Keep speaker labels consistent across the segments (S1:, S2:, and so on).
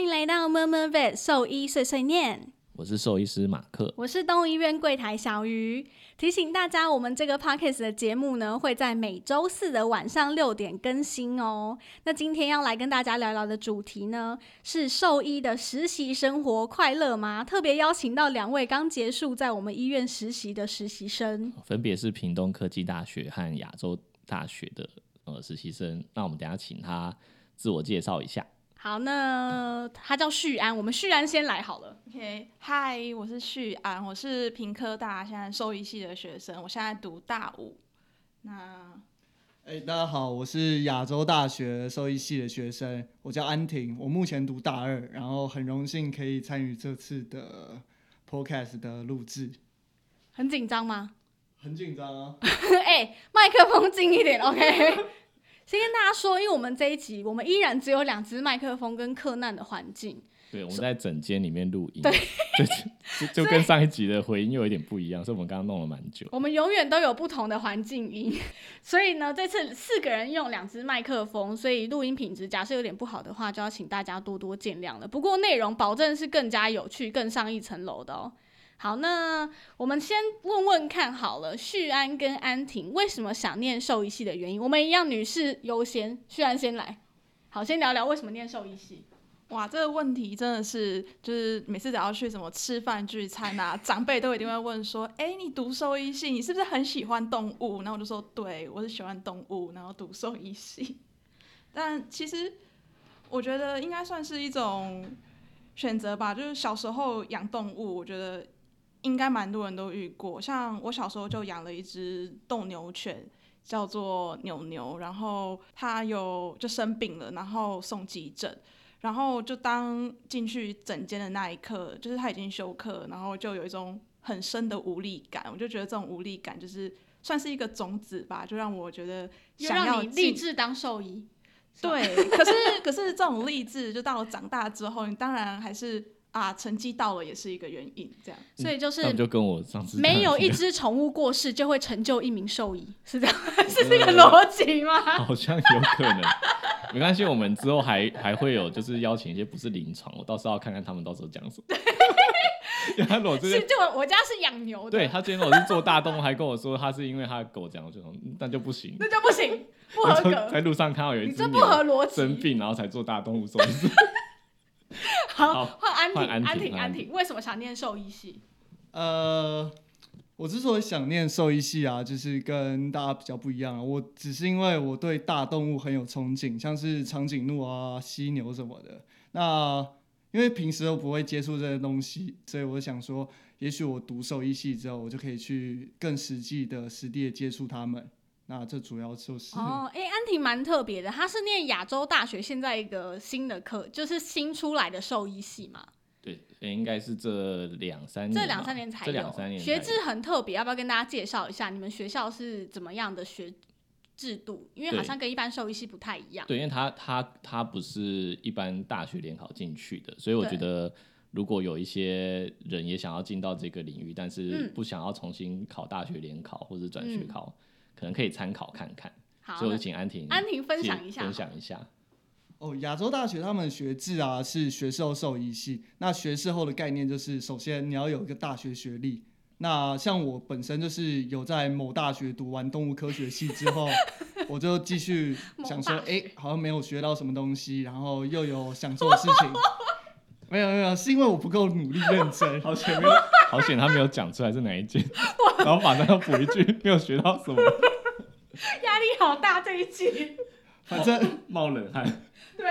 S1: 迎来到 Murmur Vet 兽医碎碎念，
S2: 我是兽医师马克。
S1: 我是动物医院柜台小鱼。提醒大家，我们这个 podcast 的节目呢，会在每周四的晚上六点更新哦。那今天要来跟大家聊聊的主题呢，是兽医的实习生活快乐吗？特别邀请到两位刚结束在我们医院实习的实习生。
S2: 分别是屏东科技大学和亚洲大学的呃实习生。那我们等一下请他自我介绍一下。
S1: 好，那他叫旭安，我们旭安先来好了。
S3: OK，嗨，我是旭安，我是平科大现在兽医系的学生，我现在读大五。那
S4: 哎、大家好，我是亚洲大学兽医系的学生，我叫安婷，我目前读大二，然后很荣幸可以参与这次的 podcast 的录制，
S1: 很紧张吗？
S4: 很紧张啊。
S1: 哎、麦克风近一点，OK。先跟大家说，因为我们这一集我们依然只有两只麦克风跟克难的环境，
S2: 对，我们在整间里面录音，对，就就就跟上一集的回音又有点不一样，所以我们刚刚弄了蛮久。
S1: 我们永远都有不同的环境音， 所以呢，这次四个人用两只麦克风，所以录音品质假设有点不好的话，就要请大家多多见谅了。不过内容保证是更加有趣、更上一层楼的哦。好，那我们先问问看好了，旭安跟安婷为什么想念兽医系的原因？我们一样，女士优先，旭安先来。好，先聊聊为什么念兽医系。
S3: 哇，这个问题真的是，就是每次只要去什么吃饭聚餐啊，长辈都一定会问说：“哎、你读兽医系，你是不是很喜欢动物？”然后我就说：“对，我是喜欢动物，然后读兽医系。”但其实我觉得应该算是一种选择吧，就是小时候养动物，我觉得应该蛮多人都遇过。像我小时候就养了一只斗牛犬，叫做牛牛，然后它有就生病了，然后送急诊。然后就当进去诊间的那一刻，就是他已经休克，然后就有一种很深的无力感。我就觉得这种无力感就是算是一个种子吧，就让我觉得
S1: 又
S3: 想要
S1: 让你
S3: 进
S1: 立志当兽医。
S3: 对，可是可是这种励志，就到了长大之后，你当然还是啊，成绩到了也是一个原因，这样。
S1: 所以就
S2: 那我们
S1: 是
S2: 就跟我上次
S1: 没有一只宠物过世就会成就一名兽医，是这样， 是这个
S2: 呃
S1: 逻辑吗？
S2: 好像有可能。 没关系，我们之后还还会有，就是邀请一些不是临床，我到时候要看看他们到时候讲什么。 因为他裸这
S1: 是
S2: 些，
S1: 就我我家是养牛
S2: 对
S1: 的，
S2: 他今天我是做大动物，还跟我说他是因为他的狗讲，我就说嗯那就不行。
S1: 那就不行，不合
S2: 我就
S1: 格，
S2: 在路上看到有一
S1: 你
S2: 只
S1: 这不
S2: 牛
S1: 合逻
S2: 生
S1: 辑。
S2: 病，然后才做大动物兽医 师。
S1: 好，
S2: 好
S1: 换安婷，
S2: 换安婷
S1: 安婷，
S2: 换
S1: 安
S2: 安
S1: 婷，为什么想念兽医 系？
S4: 呃，我之所以想念兽医系啊，就是跟大家比较不一样啊。我只是因为我对大动物很有憧憬，像是长颈鹿啊、犀牛什么的。那因为平时都不会接触这些东西，所以我想说，也许我读兽医系之后，我就可以去更实际的、实地的接触它们。那这主要就是、
S1: 哦，哎、安婷蛮特别的，她是念亚洲大学现在一个新的课，就是新出来的兽医系嘛，
S2: 对，应该是这两三年吧，
S1: 这两三年才
S2: 嗯这
S1: 有。
S2: 两三年才
S1: 学
S2: 有
S1: 制很特别，要不要跟大家介绍一下你们学校是怎么样的学制度？因为好
S2: 对
S1: 像跟一般兽医系不太一样。
S2: 对，因为他他他不是一般大学联考进去的，所以我
S1: 对
S2: 觉得如果有一些人也想要进到这个领域，但是
S1: 嗯
S2: 不想要重新考大学联考或者转学
S1: 嗯
S2: 考，可能可以参考看看。
S1: 好，
S2: 所以我
S1: 那
S2: 就请安婷
S1: 安婷分
S2: 介
S1: 享一下好
S2: 分
S1: 了，
S2: 享一下。
S4: 哦，亚洲大学他们学制啊是学士后兽医系。那学士后的概念就是，首先你要有一个大学学历。那像我本身就是有在某大学读完动物科学系之后，我就继续想说，
S1: 某大学
S4: 哎、好像没有学到什么东西，然后又有想做的事情。 没有没有，是因为我不够努力认真。
S2: 好险没有，好险他没有讲出来是哪一 件，然后马上要补一句，没有学到什么，
S1: 压力好大这一集。
S4: 反正
S2: 冒冷汗。
S1: 对，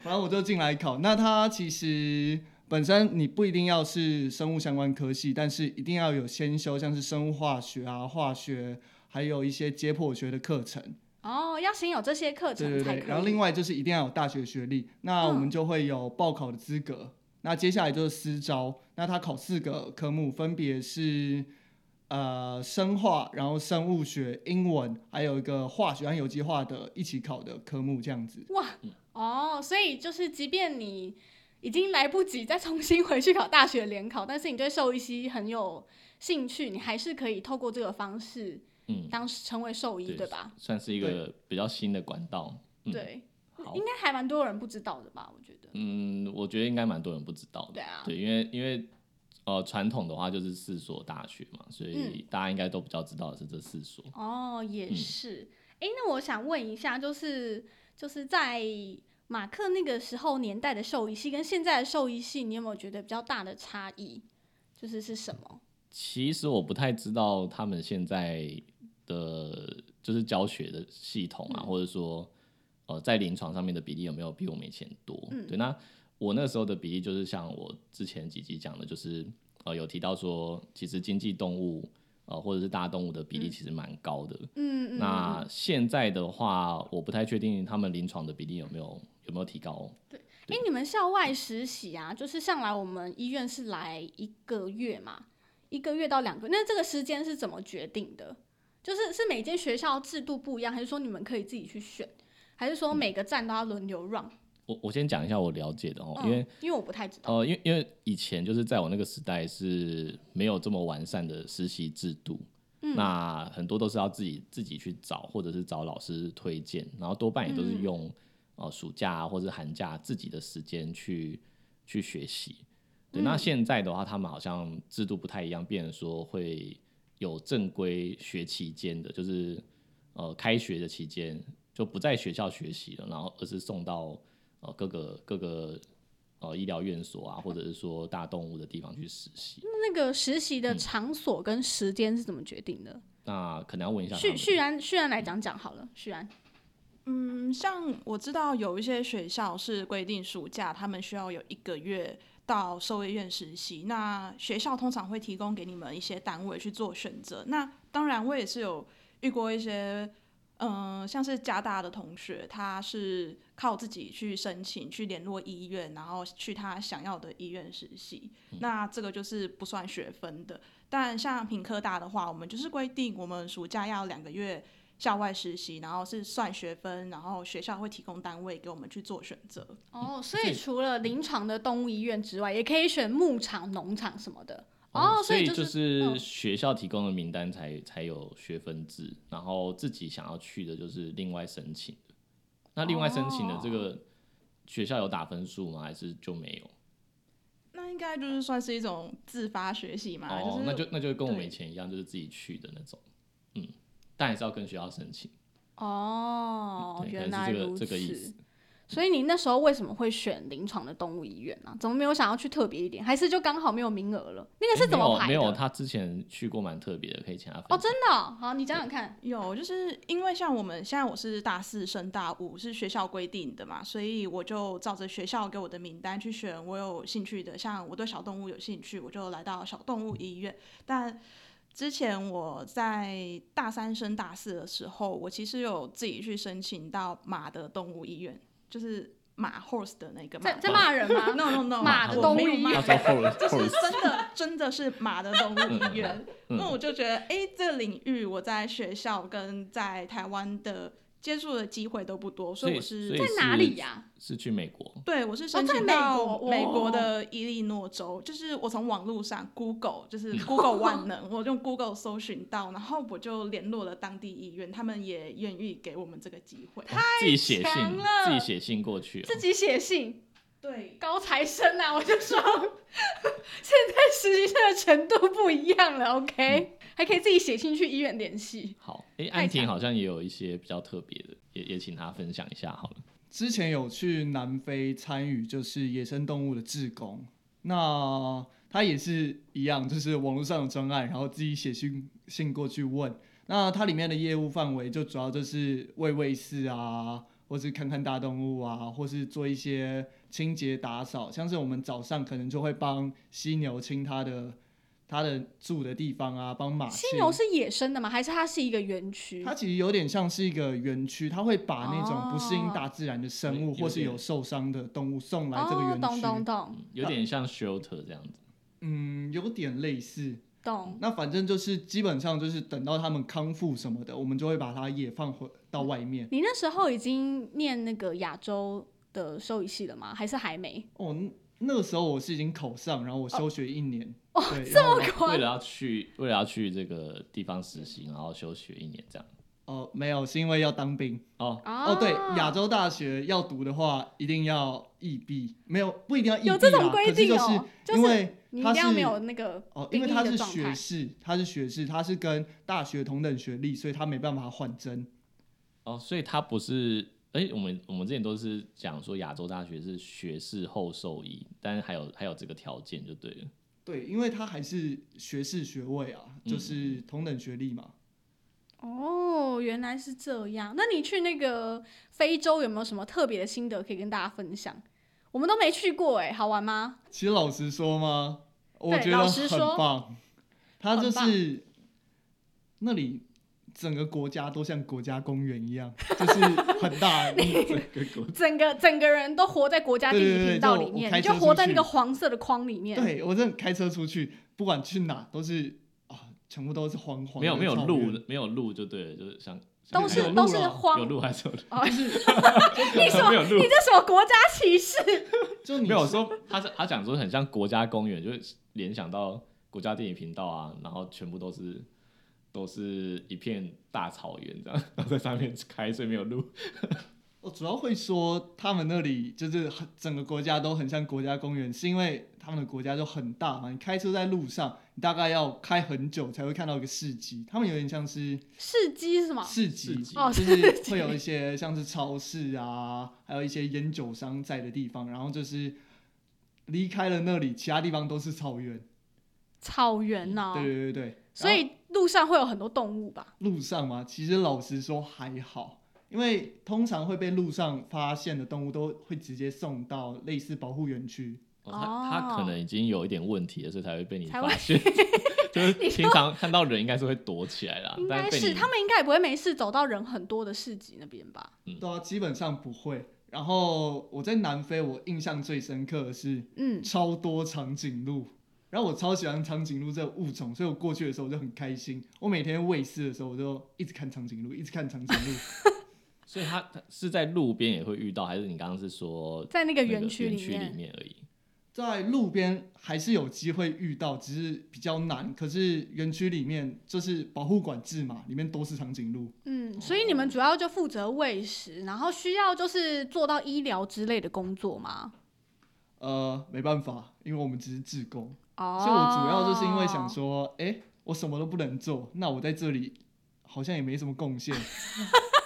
S4: 反正我就进来考。那它其实本身你不一定要是生物相关科系，但是一定要有先修，像是生物化学啊、化学，还有一些解剖学的课程。
S1: 哦，要先有这些课
S4: 对
S1: 程
S4: 对
S1: 才
S4: 对
S1: 可。以。
S4: 然后另外就是一定要有大学学历，那我
S1: 嗯
S4: 们就会有报考的资格。那接下来就是私招，那它考四个科目，分别是。呃，生化，然后生物学、英文，还有一个化学和有机化的一起考的科目，这样子。
S1: 哦，所以就是即便你已经来不及再重新 回去考大学联考，但是你对兽医系很有兴趣，你还是可以透过这个方式
S2: 嗯，
S1: 当成为兽医，
S2: 对
S1: 对吧？
S2: 算是一个比较新的管道。嗯
S1: 对。
S2: 好
S1: 应，该还蛮多人不知道的吧？我觉得，
S2: 嗯，我觉得应该蛮多人不知道的。
S1: 对啊
S2: 对，因为因为呃，传统的话就是四所大学嘛，所以大家应该都比较知道的是这四所。
S1: 哦，也
S2: 嗯
S1: 是。哎、那我想问一下，就是就是在马克那个时候年代的兽医系跟现在的兽医系，你有没有觉得比较大的差异？就是是什么？
S2: 其实我不太知道他们现在的就是教学的系统
S1: 嗯
S2: 啊，或者说呃在临床上面的比例有没有比我们以前多？
S1: 嗯
S2: 对，那我那时候的比例就是像我之前几集讲的，就是呃有提到说，其实经济动物呃或者是大动物的比
S1: 嗯
S2: 例其实蛮高的。
S1: 嗯嗯，
S2: 那现在的话，我不太确定他们临床的比例有没有有没有提高。
S1: 哎、诶你们校外实习啊，就是上来我们医院是来一个月嘛，一个月到两个月，那这个时间是怎么决定的？就是是每间学校制度不一样，还是说你们可以自己去选，还是
S2: 嗯
S1: 说每个站都要轮流 run？、
S2: 我我先讲一下我了解的哦，因为
S1: 嗯、因为我不太知道，
S2: 呃，因为因为以前就是在我那个时代是没有这么完善的实习制度，
S1: 嗯
S2: 那很多都是要自己自己去找，或者是找老师推荐，然后多半也都是
S1: 嗯
S2: 用、呃暑假啊或者寒假自己的时间去去学习。对，那
S1: 嗯
S2: 现在的话，他们好像制度不太一样，变成说会有正规学期间的，就是呃开学的期间就不在学校学习了，然后而是送到呃各个各个呃医疗院所啊，或者是说大动物的地方去实习。
S1: 那那个实习的场所跟时间是怎么决定的？
S2: 那可能要问一下他
S1: 旭
S2: 们。嗯
S1: 旭然旭然来讲讲好了，旭然，
S3: 嗯，像我知道有一些学校是规定暑假他们需要有一个月到兽医院实习，那学校通常会提供给你们一些单位去做选择。那当然，我也是有遇过一些，嗯、像是加大的同学，他是靠自己去申请，去联络医院，然后去他想要的医院实习。那这个就是不算学分的。但像品科大的话，我们就是规定我们暑假要两个月校外实习，然后是算学分，然后学校会提供单位给我们去做选择。
S1: 哦，所以
S2: 以
S1: 除了临床的动物医院之外，也可以选牧场、农场什么的。哦，
S2: 所
S1: 以
S2: 就是是
S1: 嗯
S2: 学校提供的名单才才有学分制，然后自己想要去的就是另外申请的。那另外申请的这
S1: 哦
S2: 个学校有打分数吗？还是就没有？
S3: 那应该就是算是一种自发学习嘛，
S2: 哦，
S3: 就是
S2: 那就那就跟我们
S3: 对
S2: 以前一样，就是自己去的那种，嗯，但还是要跟学校申请。
S1: 哦，
S2: 对可
S1: 原
S2: 能
S1: 来
S2: 是这
S1: 如
S2: 个
S1: 此。
S2: 这个意思。
S1: 所以你那时候为什么会选临床的动物医院呢、怎么没有想要去特别一点？还是就刚好没有名额了？那个是
S2: 诶
S1: 怎么排的？
S2: 没有？没有，他之前去过蛮特别的，可以请他分
S1: 哦，
S2: 享。
S1: 真的哦、好，你讲讲看。
S3: 有，就是因为像我们现在我是大四升大五，是学校规定的嘛，所以我就照着学校给我的名单去选我有兴趣的。像我对小动物有兴趣，我就来到小动物医院。但之前我在大三升大四的时候，我其实有自己去申请到马的动物医院，就是马 horse 的那个马
S1: 在
S2: 哦
S1: 在骂人 吗？
S3: no no no，
S1: 马
S2: 的
S3: 我
S1: 动物
S3: 没有
S1: 医
S3: 骂
S1: 院
S2: 他说
S3: 人
S2: horse
S3: 这是
S2: horse，
S3: 真的，真的是马的动物医院。
S2: 嗯
S3: 那我就觉得，哎、这个领域我在学校跟在台湾的接触的机会都不多，所以我是
S2: 所以
S1: 在哪里呀、
S2: 是去美国，
S3: 对，我是
S1: 哦
S3: 申
S1: 在
S3: 请
S1: 美
S3: 到
S1: 国
S3: 美
S1: 哦
S3: 国的伊利诺州，就是我从网络上 Google，就是
S2: 嗯
S3: Google 万能， 我用 Google 搜寻到，然后我就联络了当地医院，他们也愿意给我们这个机会。
S2: 哦自己写信
S1: 强了，
S2: 自己写信过去、哦。
S1: 自己写信，
S3: 对，
S1: 高材生啊， 我就说，现在实习生的程度不一样了，OK，、还可以自己写信去医院联系。
S2: 好，哎、
S1: 太
S2: 安
S1: 强
S2: 婷好像也有一些比较特别的，也也请她分享一下好了。
S4: 之前有去南非参与，就是野生动物的志工，那他也是一样，就是网络上有专案，然后自己写信信过去问。那它里面的业务范围就主要就是喂喂饲啊，或是看看大动物啊，或是做一些清洁打扫，像是我们早上可能就会帮犀牛清它的它的住的地方啊，帮马清
S1: 犀牛是野生的吗？还是它是一个园区？
S4: 它其实有点像是一个园区，它会把那种不适应
S1: 哦
S4: 大自然的生
S2: 有
S4: 物
S2: 点
S4: 或是有受伤的动物送来这个
S1: 哦，懂
S4: 园
S1: 懂
S4: 区。
S1: 懂
S2: 嗯，有点像 shelter 这样子。
S4: 嗯，有点类似。
S1: 懂，
S4: 那反正就是基本上就是等到它们康复什么的，我们就会把它也放回到外面。
S1: 你那时候已经念那个亚洲的兽医系了吗？还是还没？
S4: 哦，那那个时候我是已经考上，然后我休学一年。哦，对，
S1: 这么
S4: 然后
S1: 快
S2: 为了要去，为了要去这个地方实习，然后休学一年这样。
S4: 哦，没有，是因为要当兵。
S2: 哦，
S1: 啊
S4: 哦，对，亚
S1: 洲
S4: 洲大学要读的话，一定要异地，没有不一定要异地啦
S1: 有这种规定哦
S4: 可是就是因为
S1: 你一
S4: 它
S1: 定
S4: 是
S1: 要没有那个
S4: 哦，
S1: 兵
S4: 因为
S1: 力
S4: 他
S1: 的
S4: 是
S1: 状
S4: 学
S1: 态。
S4: 士，他是学士，他是跟大学同等学历，所以他没办法换针。
S2: 哦，所以他不是，哎、我们我们之前都是讲说亚洲大学是学士后授医，但是还有还有这个条件就对了。
S4: 对，因为他还是学士学位啊，
S1: 嗯
S4: 就是同等学历嘛。
S1: 哦，原来是这样。那你去那个非洲有没有什么特别的心得可以跟大家分享？我们都没去过哎、好玩吗？
S4: 其实老实说嘛，我
S1: 对
S4: 觉
S1: 老
S4: 得
S1: 实
S4: 很
S1: 说
S4: 棒。他就
S1: 很棒
S4: 是那里整个国家都像国家公园一样，就是很大整个国
S1: 整个整个人都活在国家地
S4: 对对
S1: 理
S4: 对
S1: 频道
S4: 就
S1: 里
S4: 我
S1: 面，
S4: 开
S1: 你就
S4: 车
S1: 活
S4: 出
S1: 在那
S4: 去
S1: 个黄色的框里面。
S4: 对我真的开车出去，不管去哪都是啊，全部都是荒荒的
S2: 没有没有
S4: 哦草
S2: 路
S4: 原，
S2: 没有路就对了，就是像
S1: 都
S4: 没有
S1: 是
S4: 路
S1: 都是
S4: 了
S1: 荒
S2: 有。路还是有路，
S1: 哦，
S2: 你
S1: 什么
S2: 没有路
S1: 你？这什么国家歧视？
S4: 就你
S2: 没有说他是他讲说很像国家公园，就是联想到国家地理频道啊，然后全部都是都是一片大草原这样， 然后在上面开，所以没有路。
S4: 我主要会说他们那里就是很整个国家都很像国家公园，是因为他们的国家就很大嘛。你开车在路上，你大概要开很久才会看到一个市集，他们有点像是
S1: 是鸡是吗？
S4: 市集，
S2: 市集
S1: 哦
S4: 就是
S1: 市集
S4: 会有一些像是超市啊，还有一些烟酒商在的地方，然后就是离开了那里，其他地方都是草原。
S1: 草原啊呐、
S4: 对对对对，
S1: 哦所以路上会有很多动物吧？
S4: 路上嘛，其实老实说还好，因为通常会被路上发现的动物都会直接送到类似保护园区。
S2: 哦他他可能已经有一点问题了，所以才会被你
S1: 才
S2: 发
S1: 会
S2: 现。 就是
S1: 你
S2: 平常看到人应该是会躲起来
S4: 啊
S2: 啦，
S1: 应
S2: 但
S1: 该
S2: 被
S1: 是，
S2: 你
S1: 他们应该也不会没事走到人很多的市集那边吧？
S4: 对啊，基本上不会。然后我在南非，我印象最深刻的是
S1: 嗯，
S4: 超多长颈鹿，然后我超喜欢长颈鹿这个物种，所以我过去的时候我就很开心。我每天喂饲的时候，我就一直看长颈鹿，一直看长颈鹿。
S2: 所以他他是在路边也会遇到，还是你刚刚是说
S1: 在那个
S2: 那
S1: 园
S2: 个
S1: 区
S2: 园
S1: 里
S2: 区里
S1: 面，
S2: 面而已？
S4: 在路边还是有机会遇到，只是比较难。可是园区里面就是保护管制嘛，里面都是长颈鹿。
S1: 嗯，所以你们主要就负责喂食，然后需要就是做到医疗之类的工作吗？
S4: 呃，没办法，因为我们只是志工，
S1: 哦，
S4: 所以我主要就是因为想，说，哎、我什么都不能做，那我在这里好像也没什么 贡献，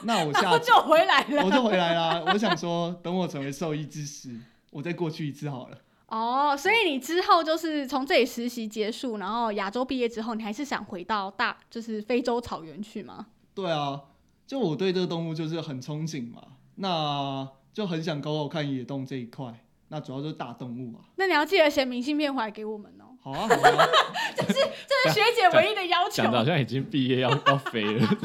S4: 那我
S1: 然
S4: 下
S1: 后 就回来了。
S4: 我就回来啦。我想说，等我成为兽医之时，我再过去一次好了。
S1: 哦，所以你之后就是从这里实习结束，然后亚洲毕业之后，你还是想回到大就是非洲草原去吗？
S4: 对啊，就我对这个动物就是很憧憬嘛，那就很想搞搞看野动这一块。那主要就是大动物啊，
S1: 那你要记得写明信片回来给我们哦，
S4: 好啊好啊，
S1: 这是学姐唯一的要求
S2: 讲。的好像已经毕业要要飞了，
S1: 就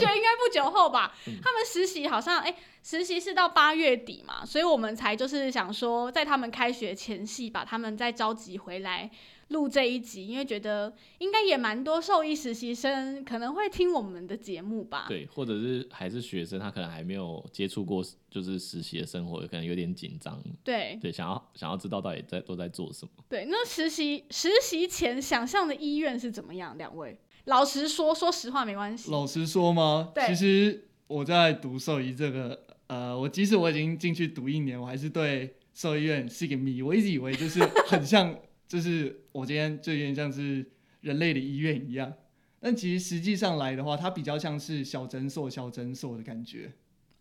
S1: 觉得应该不久后吧。
S2: 嗯
S1: 他们实习好像哎、实习是到八月底嘛，所以我们才就是想说，在他们开学前夕把他们再召集回来录这一集，因为觉得应该也蛮多兽医实习生可能会听我们的节目吧。
S2: 对，或者是还是学生，他可能还没有接触过就是实习的生活，可能有点紧张，
S1: 对
S2: 对，想要想要知道到底在都在做什么。
S1: 对，那实习实习前想象的医院是怎么样？两位老实说，说实话没关系。
S4: 老实说吗？
S1: 对
S4: 其实我在读兽医这个，呃，我即使我已经进去读一年，我还是对兽医院是一个谜。我一直以为就是很像，就是我今天就有点像是人类的医院一样。但其实实际上来的话，它比较像是小诊所、小诊所的感觉。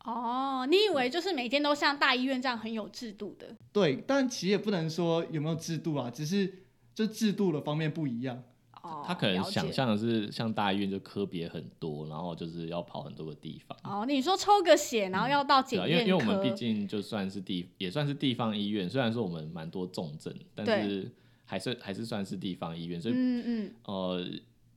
S1: 哦，你以为就是每天都像大医院这样很有制度的？
S4: 对，但其实也不能说有没有制度啊，只是就制度的方面不一样。
S1: 哦，
S2: 他可能
S1: 了解
S2: 想象的是像大医院就科别很多，然后就是要跑很多个地方。
S1: 哦，你说抽个血，然后要到
S2: 对
S1: 检
S2: 啊，因为
S1: 验
S2: 因
S1: 科，
S2: 为我们毕竟就算是地也算是地方医院，虽然说我们蛮多重症，但是还是还是算是地方医院，所以、
S1: 嗯嗯，
S2: 呃，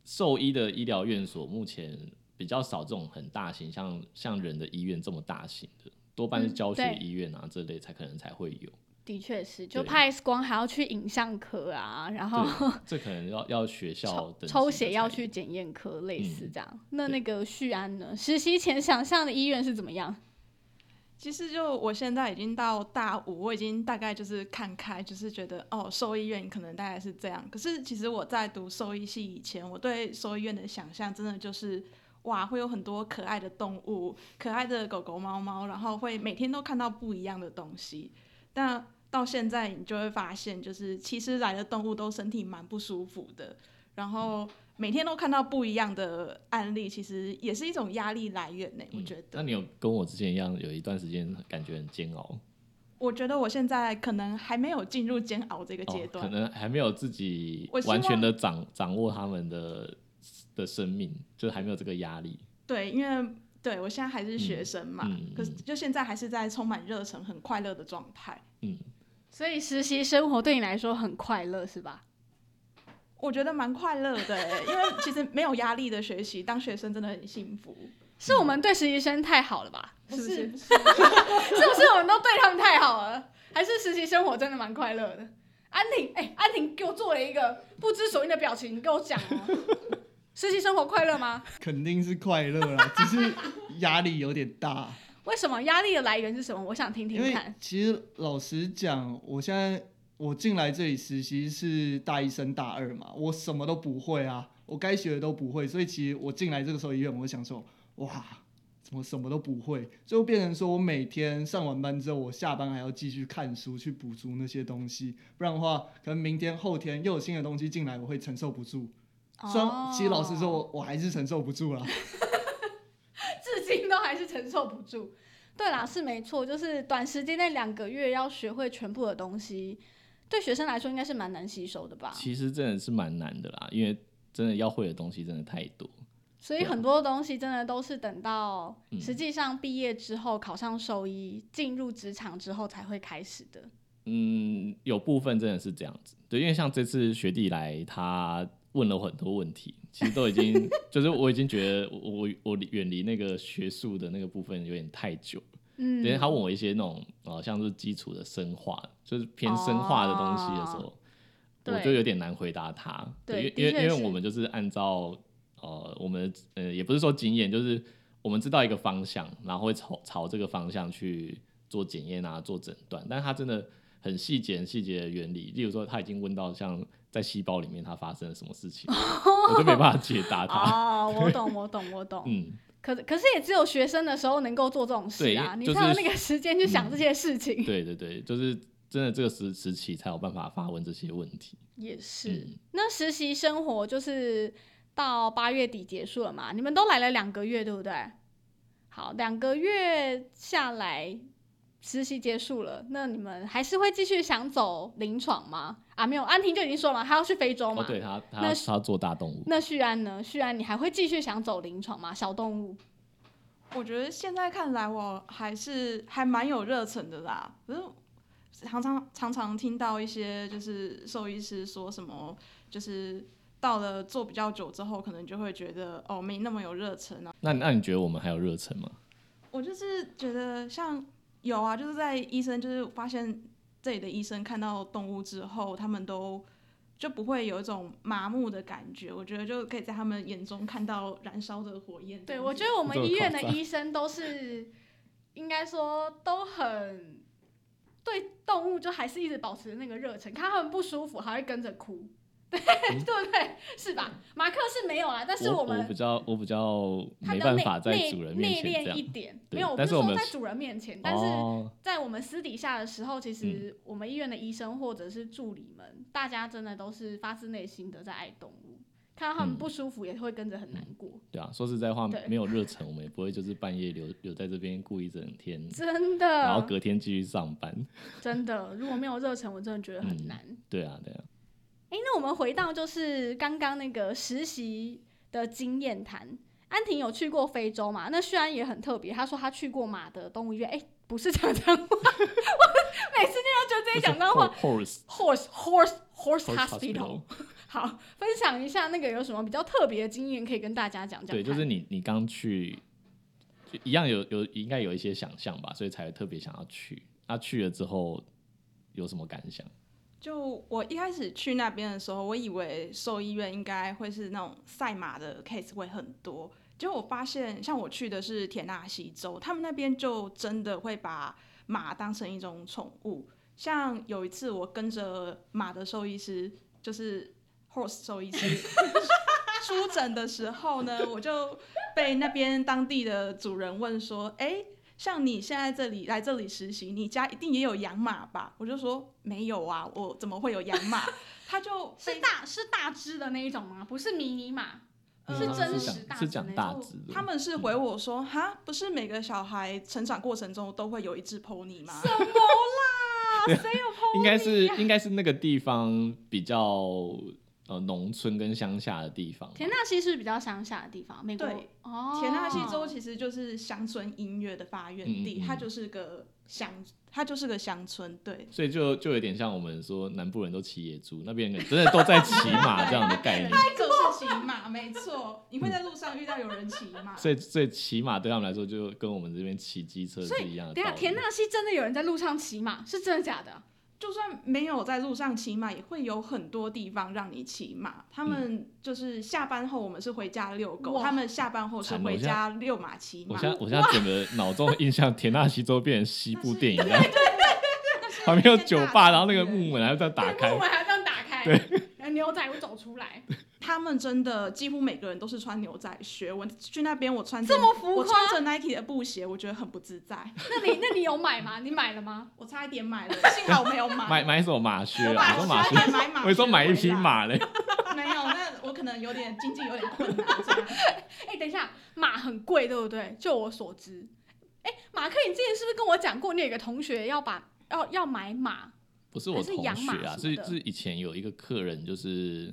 S2: 兽医的医疗院所目前比较少这种很大型，像像人的医院这么大型的，多半是
S1: 嗯
S2: 教学
S1: 对
S2: 医院啊、这类才可能才会有。
S1: 的确是，就
S2: 对
S1: 拍 X 光还要去影像科啊，然后
S2: 对，这可能要要 学校
S1: 抽
S2: 等级
S1: 抽
S2: 的
S1: 血
S2: 才
S1: 要
S2: 有
S1: 去检验科，类似这样。那
S2: 对
S1: 那个旭安呢？实习前想象的医院是怎么样？
S3: 其实就我现在已经到大五，我已经大概就是看开，就是觉得哦，兽医院可能大概是这样。可是其实我在读兽医系以前，我对兽医院的想象真的就是哇，会有很多可爱的动物，可爱的狗狗、猫猫，然后会每天都看到不一样的东西。但到现在，你就会发现，就是其实来的动物都身体蛮不舒服的，然后每天都看到不一样的案例，其实也是一种压力来源呢。我觉得，
S2: 那你有跟我之前一样，有一段时间感觉很煎熬，
S3: 我觉得我现在可能还没有进入煎熬这个阶
S2: 哦，可
S3: 段。
S2: 能还没有自己
S3: 我希
S2: 完全
S3: 望
S2: 的掌掌握他们的的生命，就是还没有这个压力。
S3: 对，因为对我现在还是学生嘛，
S2: 嗯嗯
S3: 可是就现在还是在充满热忱、很快乐的状态。
S2: 嗯，
S1: 所以实习生活对你来说很快乐是吧？
S3: 我觉得蛮快乐的欸，因为其实没有压力的学习，当学生真的很幸福。
S1: 是我们
S2: 嗯
S1: 对实习生太好了吧？是不 是？
S3: 不
S1: 是不是我们都对他们太好了？还是实习生活真的蛮快乐的？安婷，哎、安婷给我做了一个不知所云的表情，你跟我讲哦。 实习生活快乐吗？
S4: 肯定是快乐啦，只是压力有点大。
S1: 为什么压力的来源是什么？我想听
S4: 因
S1: 听
S4: 为
S1: 看。
S4: 其实老实讲，我现在我进来这里实习是大一升大二嘛，我什么都不会啊，我该学的都不会，所以其实我进来这个兽医院，我想说，哇，怎么什么都不会？最后变成说我每天上完班之后，我下班还要继续看书去补足那些东西，不然的话，可能明天后天又有新的东西进来，我会承受不住。虽然其实老实说
S1: 哦
S4: 我，我还是承受不住啦。
S1: 至今都还是承受不住。对啦，是没错，就是短时间内两个月要学会全部的东西，对学生来说应该是蛮难吸收的吧。
S2: 其实真的是蛮难的啦，因为真的要会的东西真的太多。
S1: 所以
S2: 对啊
S1: 很多东西真的都是等到
S2: 嗯
S1: 实际上毕业之后，考上兽医，进入职场之后才会开始的。
S2: 嗯，有部分真的是这样子，对，因为像这次学弟来，他问了我很多问题，其实都已经就是我已经觉得我我我远离那个学术的那个部分有点太久了，
S1: 嗯
S2: 因为他问我一些那种呃像是基础的生化，就是偏生化的东西的时候，
S1: 对
S2: 我就有点难回答他，
S1: 哦对
S2: 因为因
S1: 的
S2: 为
S1: 确
S2: 因
S1: 是
S2: 为我们就是按照呃我们的呃也不是说经验，就是我们知道一个方向，然后会朝朝这个方向去做检验啊，做诊断，但是他真的很细节、很细节的原理，例如说他已经问到像在细胞里面它发生了什么事 情，我就没办法解答他。
S1: 哦，我懂，我懂，我懂。
S2: 嗯，
S1: 可可是也只有学生的时候能够做这种事
S2: 对
S1: 啊，
S2: 因
S1: 你
S2: 就是
S1: 才有那个时间去想这些事情。
S2: 对对对，就是真的这个时时期才有办法发问这些问题。
S1: 也是。
S2: 嗯，
S1: 那实习生活就是到八月底结束了嘛？你们都来了两个月，对不对？好，两个月下来，实习结束了，那你们还是会继续想走临床吗？啊，没有，安婷就已经说了嘛，她要去非洲嘛。
S2: 哦，对他
S1: 那
S2: 他他做大动物，
S1: 那旭安呢？旭安，你还会继续想走临床吗？小动物？
S3: 我觉得现在看来，我还是还蛮有热忱的啦。可是常常常常听到一些就是兽医师说什么，就是到了做比较久之后，可能就会觉得哦没那么有热忱啊。
S2: 那那你觉得我们还有热忱吗？
S3: 我就是觉得像有啊，就是在医生就是发现这里的医生看到动物之后，他们都。就不会有一种麻木的感觉，我觉得就可以在他们眼中看到燃烧的火焰。
S1: 对，我觉得我们
S2: 这个
S1: 医院
S2: 口
S1: 的
S2: 罩
S1: 医生都是，应该说都很对动物，就还是一直保持那个热忱。看他们不舒服，还会跟着哭，对、 对不对？是吧？马克是没有啦，但是
S2: 嗯我
S1: 们
S2: 比较我比较
S1: 他
S2: 没
S1: 的
S2: 办
S1: 内
S2: 法在
S1: 内
S2: 主人面
S1: 内
S2: 前这
S1: 敛
S2: 样
S1: 一。点，
S2: 对
S1: 没有，我不
S2: 但
S1: 是
S2: 是我
S1: 说
S2: 们
S1: 在
S2: 是
S1: 主人面前，但是
S2: 哦，嗯
S1: 在我们私底下的时候，其实我们医院的医生或者是助理们，大家真的都是发自内心的在爱动物，看到他们
S2: 嗯
S1: 不舒服也会跟着很难过。
S2: 对啊，说实在话
S1: 对，
S2: 没有热忱，我们也不会就是半夜留留在这边顾一整天，
S1: 真的，
S2: 然后隔天继续上班。
S1: 真的，如果没有热忱，我真的觉得很
S2: 嗯
S1: 难。
S2: 对啊，对啊，
S1: 诶，那我们回到就是刚刚那个实习的经验谈。安婷有去过非洲嘛？那旭安也很特别，他说他去过马的动物医院。诶，不是讲脏话，我每次念到觉得自己讲脏话。
S2: horse
S1: Horse horse horse
S2: horse
S1: hospital。好，分享一下那个有什么比较特别的经验可以跟大家讲讲看。
S2: 对，就是你你刚去，就一样有有应该有一些想象吧，所以才会特别想要去。那、去了之后有什么感想？
S3: 就我一开始去那边的时候，我以为兽医院应该会是那种赛马的 case 会很多，结果我发现，像我去的是田纳西州，他们那边就真的会把马当成一种宠物。像有一次我跟着马的兽医师，就是 horse 兽医师，出诊的时候呢，我就被那边当地的主人问说：“哎、像你现在这里来这里实习，你家一定也有养马吧？”我就说：“没有啊，我怎么会有养马？”他就被
S1: 是大是大只的那一种吗？不是迷你马，
S3: 嗯
S1: 是真
S2: 讲
S1: 实大
S2: 是
S1: 只
S2: 讲
S1: 那
S2: 大
S1: 种
S2: 只的，嗯
S3: 他们是回我说：“哈，不是每个小孩成长过程中都会有一只 pony 吗？”
S1: 什么啦？谁有 pony？
S2: 应该是
S1: 呀
S2: 应该是那个地方比较呃农村跟乡下的地方吧。
S1: 田纳西是比较乡下的地方，美国
S3: 对
S1: 哦，
S3: 田纳西州其实就是乡村音乐的发源地，
S2: 嗯嗯嗯
S3: 它就是个乡，它就是个乡村。对，
S2: 所以就就有点像我们说南部人都骑野猪，那边人真的都在骑 马这样的概
S1: 啊
S2: 念，
S3: 就是骑马，没错。你会在路上遇到有人骑 马，
S2: 所以所以骑马对他们来说就跟我们这边骑机车
S1: 所
S2: 是一样的
S1: 等一
S2: 道
S1: 下，
S2: 理。
S1: 田纳西真的有人在路上骑马，是真的假的？
S3: 就算没有在路上骑马，也会有很多地方让你骑马。他们就是下班后，我们是回家遛狗，
S1: 哇
S3: 他们下班后是
S2: 惨了
S3: 回
S2: 我现在
S3: 家遛马骑
S2: 我
S3: 马
S2: 现。在我现在整个脑中印象田纳西州变成西部电
S1: 哦
S2: 影一样，啊旁
S3: 旁
S2: 边有酒吧，然后那个木门还要这样打
S1: 对
S2: 开
S1: 木，门还要这样打开， 对，牛仔会走出来，
S3: 他们真的几乎每个人都是穿牛仔靴。我去那边，我穿 着
S1: 这么浮
S3: 我
S1: 夸
S3: 穿？着 Nike 的布鞋，我觉得很不自在。
S1: 那你那你有买吗？你买了吗？
S3: 我差一点买了， 幸好我没有买。
S2: 买买一首马靴啊，
S3: 我买
S2: 我说马
S3: 我
S2: 靴，
S3: 还买 马，
S2: 我说买一匹。马嘞，
S3: 没有，那我可能有点经济有点困难。这样
S1: 哎、等一下，马很贵，对不对？就我所知，哎、马克，你之前是不是跟我讲过，你有一个同学要把要要买马？
S2: 不是我
S1: 还是
S2: 同
S1: 养
S2: 学
S1: 马
S2: 啊，
S1: 什么
S2: 是
S1: 的
S2: 是以前有一个客人，就是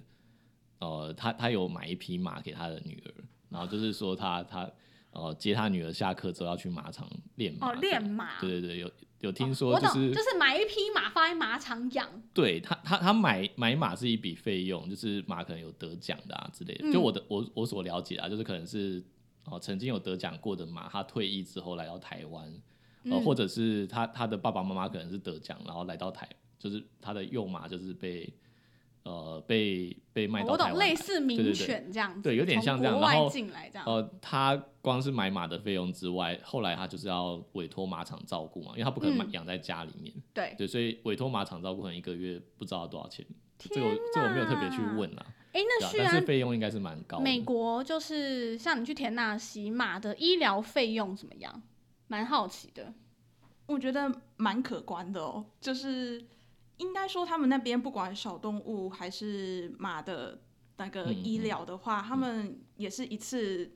S2: 呃，他他有买一匹马给他的女儿，然后就是说他他呃接他女儿下课之后要去马场练马
S1: 哦，
S2: 这样，
S1: 练马。
S2: 对对对，有有听
S1: 哦
S2: 说
S1: 我
S2: 就
S1: 懂，
S2: 是、
S1: 就是买一匹马放在马场养，
S2: 对他他他买买马是一笔费用，就是马可能有得奖的啊之类的，就
S1: 嗯
S2: 我的我我所了解啊，就是可能是哦、呃曾经有得奖过的马，他退役之后来到台湾，呃，
S1: 嗯
S2: 或者是他他的爸爸妈妈可能是得奖，然后来到台，就是他的幼马就是被呃被被卖到
S1: 我
S2: 台
S1: 懂，
S2: 湾来
S1: 类。似
S2: 对对
S1: 名
S2: 对
S1: 犬这样子，
S2: 对有点像
S1: 从
S2: 这样
S1: 国
S2: 然
S1: 外
S2: 后
S1: 进来这样。
S2: 呃，他光是买马的费用之外，后来他就是要委托马场照顾嘛，因为他不可能买
S1: 嗯
S2: 养在家里面，
S1: 对，
S2: 对，所以委托马场照顾可能一个月不知道多少钱，这个我这个我没有特别去
S1: 哪
S2: 问啦，
S1: 哎、啊那
S2: 对啊
S1: 虽
S2: 但
S1: 然
S2: 是费用应该是蛮高的。
S1: 美国就是像你去田纳西，马的医疗费用怎么样？蛮好奇的。
S3: 我觉得蛮可观的哦，就是应该说他们那边不管小动物还是马的那个
S2: 嗯
S3: 医
S2: 嗯
S3: 疗的话，他们也是一次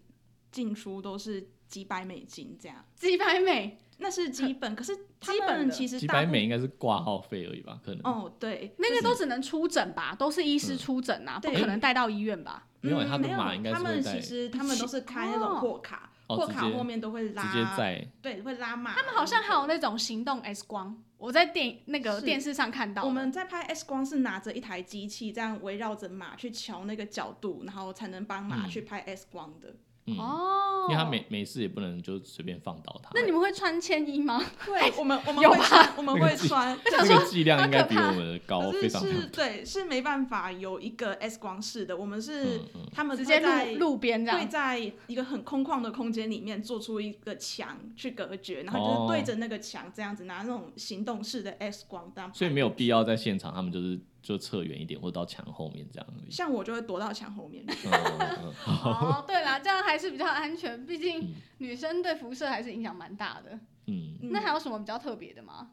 S3: 进出都是几百美金这样，
S1: 几百美，
S3: 那是基本。可是他
S1: 基本
S3: 们
S1: 的
S3: 其实
S2: 几
S3: 大
S2: 百
S3: 部
S2: 美应该是挂号费而已吧，可能、
S3: 哦，对，
S1: 那个都只能出诊吧，都是医
S2: 嗯
S1: 师出诊啊，不
S3: 对
S1: 可能带到医院吧？
S2: 没有
S3: 嗯
S2: 他的马应该
S3: 他
S2: 是会
S3: 们
S2: 在
S3: 其实他们都是开那
S1: 哦
S3: 种货卡，
S2: 哦
S3: 货
S2: 直
S3: 卡
S2: 接
S3: 后面都会拉，
S2: 直接在
S3: 对，会拉嗯马。
S1: 他们好像还有那种行动 X 光，我在电那个
S3: 是
S1: 电视上看到的。
S3: 我们嗯在拍 X 光是拿着一台机器，这样围绕着马去瞧那个角度，然后才能帮马
S2: 嗯
S3: 去拍 X 光的。
S2: 嗯，
S1: 哦，
S2: 因为他没没事也不能就随便放倒它。
S1: 那你们会穿铅衣吗？
S3: 对，我们我们
S1: 有
S3: 会穿，我们会穿，
S1: 想
S2: 那
S1: 说
S2: 个剂量应该比
S1: 好可
S2: 我
S1: 怕
S2: 们的高，
S3: 可
S2: 哦非
S3: 是
S2: 常非
S3: 是
S2: 常。
S3: 对是没办法有一个 X 光室的，我们是
S2: 嗯嗯
S3: 他们
S1: 直
S3: 会
S1: 接
S3: 在
S1: 路路边这
S3: 会
S1: 样。
S3: 在一个很空旷的空间里面做出一个墙去隔绝，然后就
S2: 哦
S3: 是对着那个墙这样子拿那种行动式的 X 光当。
S2: 所以没有必要在现场，他们就是就撤远一点，或到墙后面这样而已。
S3: 像我就会躲到墙 后面去。
S2: 嗯嗯嗯嗯
S1: 哦，对啦，这样还是比较安全，毕竟
S2: 嗯
S1: 女生对辐射还是影响蛮大的。
S2: 嗯，
S3: 嗯
S1: 那还有什么比较特别的吗？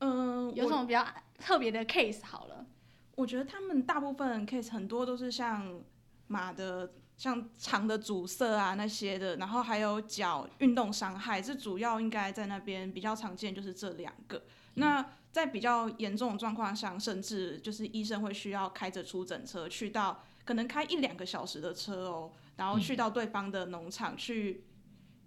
S3: 嗯，
S1: 有
S3: 我
S1: 什么比较特别的 case 好了？
S3: 我觉得他们大部分 case 很多都是像马的，像肠的阻塞啊那些的，然后还有脚运动伤害，这主要应该在那边比较常见，就是这两个。那在比较严重的状况下，甚至就是医生会需要开着出诊车去到，可能开一两个小时的车哦，然后去到对方的农场去。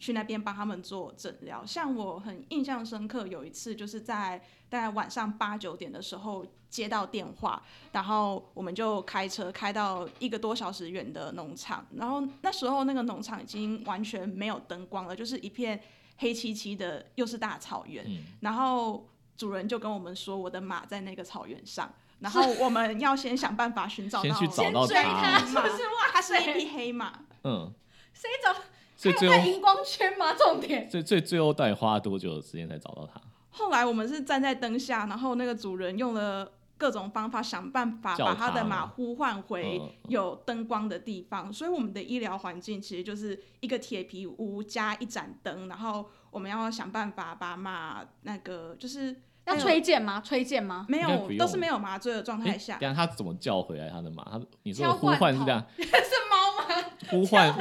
S3: 去那边帮他们做诊疗，像我很印象深刻，有一次就是在大概晚上八九点的时候接到电话，然后我们就开车开到一个多小时远的农场，然后那时候那个农场已经完全没有灯光了，就是一片黑漆漆的，又是大草原。
S2: 嗯
S3: 然后主人就跟我们说，我的马在那个草原上，然后我们要先想办法寻找
S2: 先
S3: 到，
S2: 去找到
S1: 先追他
S2: 它。
S1: 是不是？哇，
S3: 它是一匹黑马，
S2: 嗯，
S1: 谁找？
S2: 所以
S1: 他
S2: 最
S1: 有戴
S2: 后
S1: 荧光圈吗？ 重点。
S2: 最最最后到底花了多久的时间才找到它？
S3: 后来我们是站在灯下，然后那个主人用了各种方法想办法
S2: 叫
S3: 把他的
S2: 它
S3: 马呼唤回
S2: 嗯
S3: 有灯光的地方。所以我们的医疗环境其实就是一个铁皮屋加一盏灯，然后我们要想办法把马那个就是
S1: 要
S3: 还有
S1: 吹剑吗？吹剑吗？
S3: 没
S2: 应该不
S3: 有
S2: 用
S3: 都是没有麻醉的状态
S2: 哎，
S3: 下
S2: 等，一下他怎么叫回来他的马？他你说
S1: 敲
S2: 的呼
S1: 罐
S2: 唤是
S1: 头
S2: 这样
S1: 是猫吗？
S2: 呼唤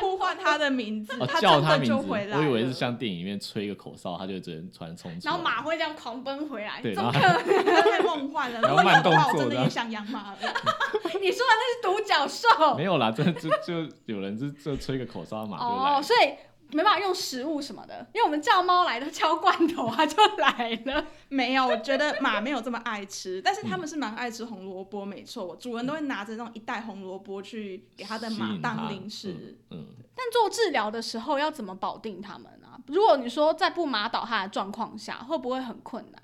S3: 呼唤他的名字，
S2: 哦
S3: 他
S2: 叫
S3: 真
S2: 他
S3: 的
S2: 名
S3: 就
S2: 字，
S3: 回来
S2: 我以为是
S3: 了
S2: 像电影里面吹一个口哨，他就只能突然冲出来。
S1: 然后马会这样狂奔回来，
S2: 对
S1: 怎么
S2: 然后
S1: 可能？
S3: 太梦幻 了。
S2: 然
S3: 如
S2: 后
S3: 果有
S2: 慢
S3: 的
S2: 动
S3: 话，我
S2: 作
S3: 真的
S2: 的
S3: 也想养马了。
S1: 你说的那是独角兽
S2: 没有啦，这这就有人就就吹个口哨，马就来
S1: 哦，
S2: 了。
S1: 所以没办法用食物什么的，因为我们叫猫来都敲罐头啊，就来了。
S3: 没有，我觉得马没有这么爱吃，但是他们是蛮爱吃红萝卜，没错。我主人都会拿着那种一袋红萝卜去给他的
S2: 吸
S3: 马
S2: 引它
S3: 当零食。
S2: 嗯，
S1: 但做治疗的时候要怎么保定它们啊？如果你说在不麻倒它的状况下，会不会很困难？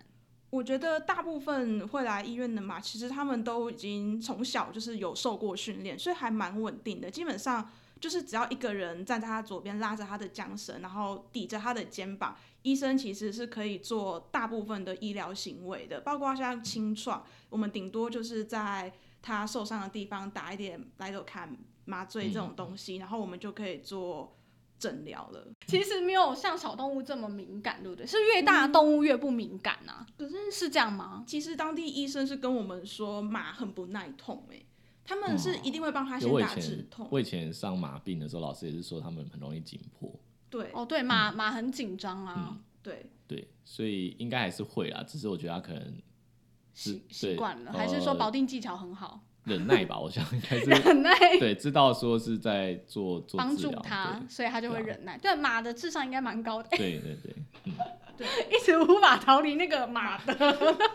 S3: 我觉得大部分会来医院的马，其实他们都已经从小就是有受过训练，所以还蛮稳定的。基本上就是只要一个人站在他左边，拉着他的缰绳，然后抵着他的肩膀，医生其实是可以做大部分的医疗行为的，包括像清创，我们顶多就是在他受伤的地方打一点来豆看麻醉这种东西，然后我们就可以做诊疗了。
S1: 其实没有像小动物这么敏感，对不对？是越大的动物越不敏感啊？
S3: 可是
S1: 嗯是这样吗？
S3: 其实当地医生是跟我们说马很不耐痛、欸，他们是一定会帮他
S2: 就
S3: 先
S2: 我以
S3: 打止
S2: 前
S3: 痛，
S2: 我以前上马病的时候，老师也是说他们很容易紧迫，
S3: 对
S1: 哦，对，马马很紧张啊，
S2: 嗯
S3: 对，
S2: 对，所以应该还是会啦，只是我觉得他可能
S1: 习
S2: 是
S1: 习
S2: 对
S1: 惯了，
S2: 呃
S1: 还是说保定技巧很好，
S2: 忍耐吧，我想应该 是
S1: 忍耐
S2: 对，知道说是在做做
S1: 帮
S2: 治
S1: 助
S2: 疗，
S1: 它，所以它就会
S2: 对啊
S1: 忍耐。对，马的智商应该蛮高的。
S2: 对对对对，
S1: 一直无法逃离那个马的。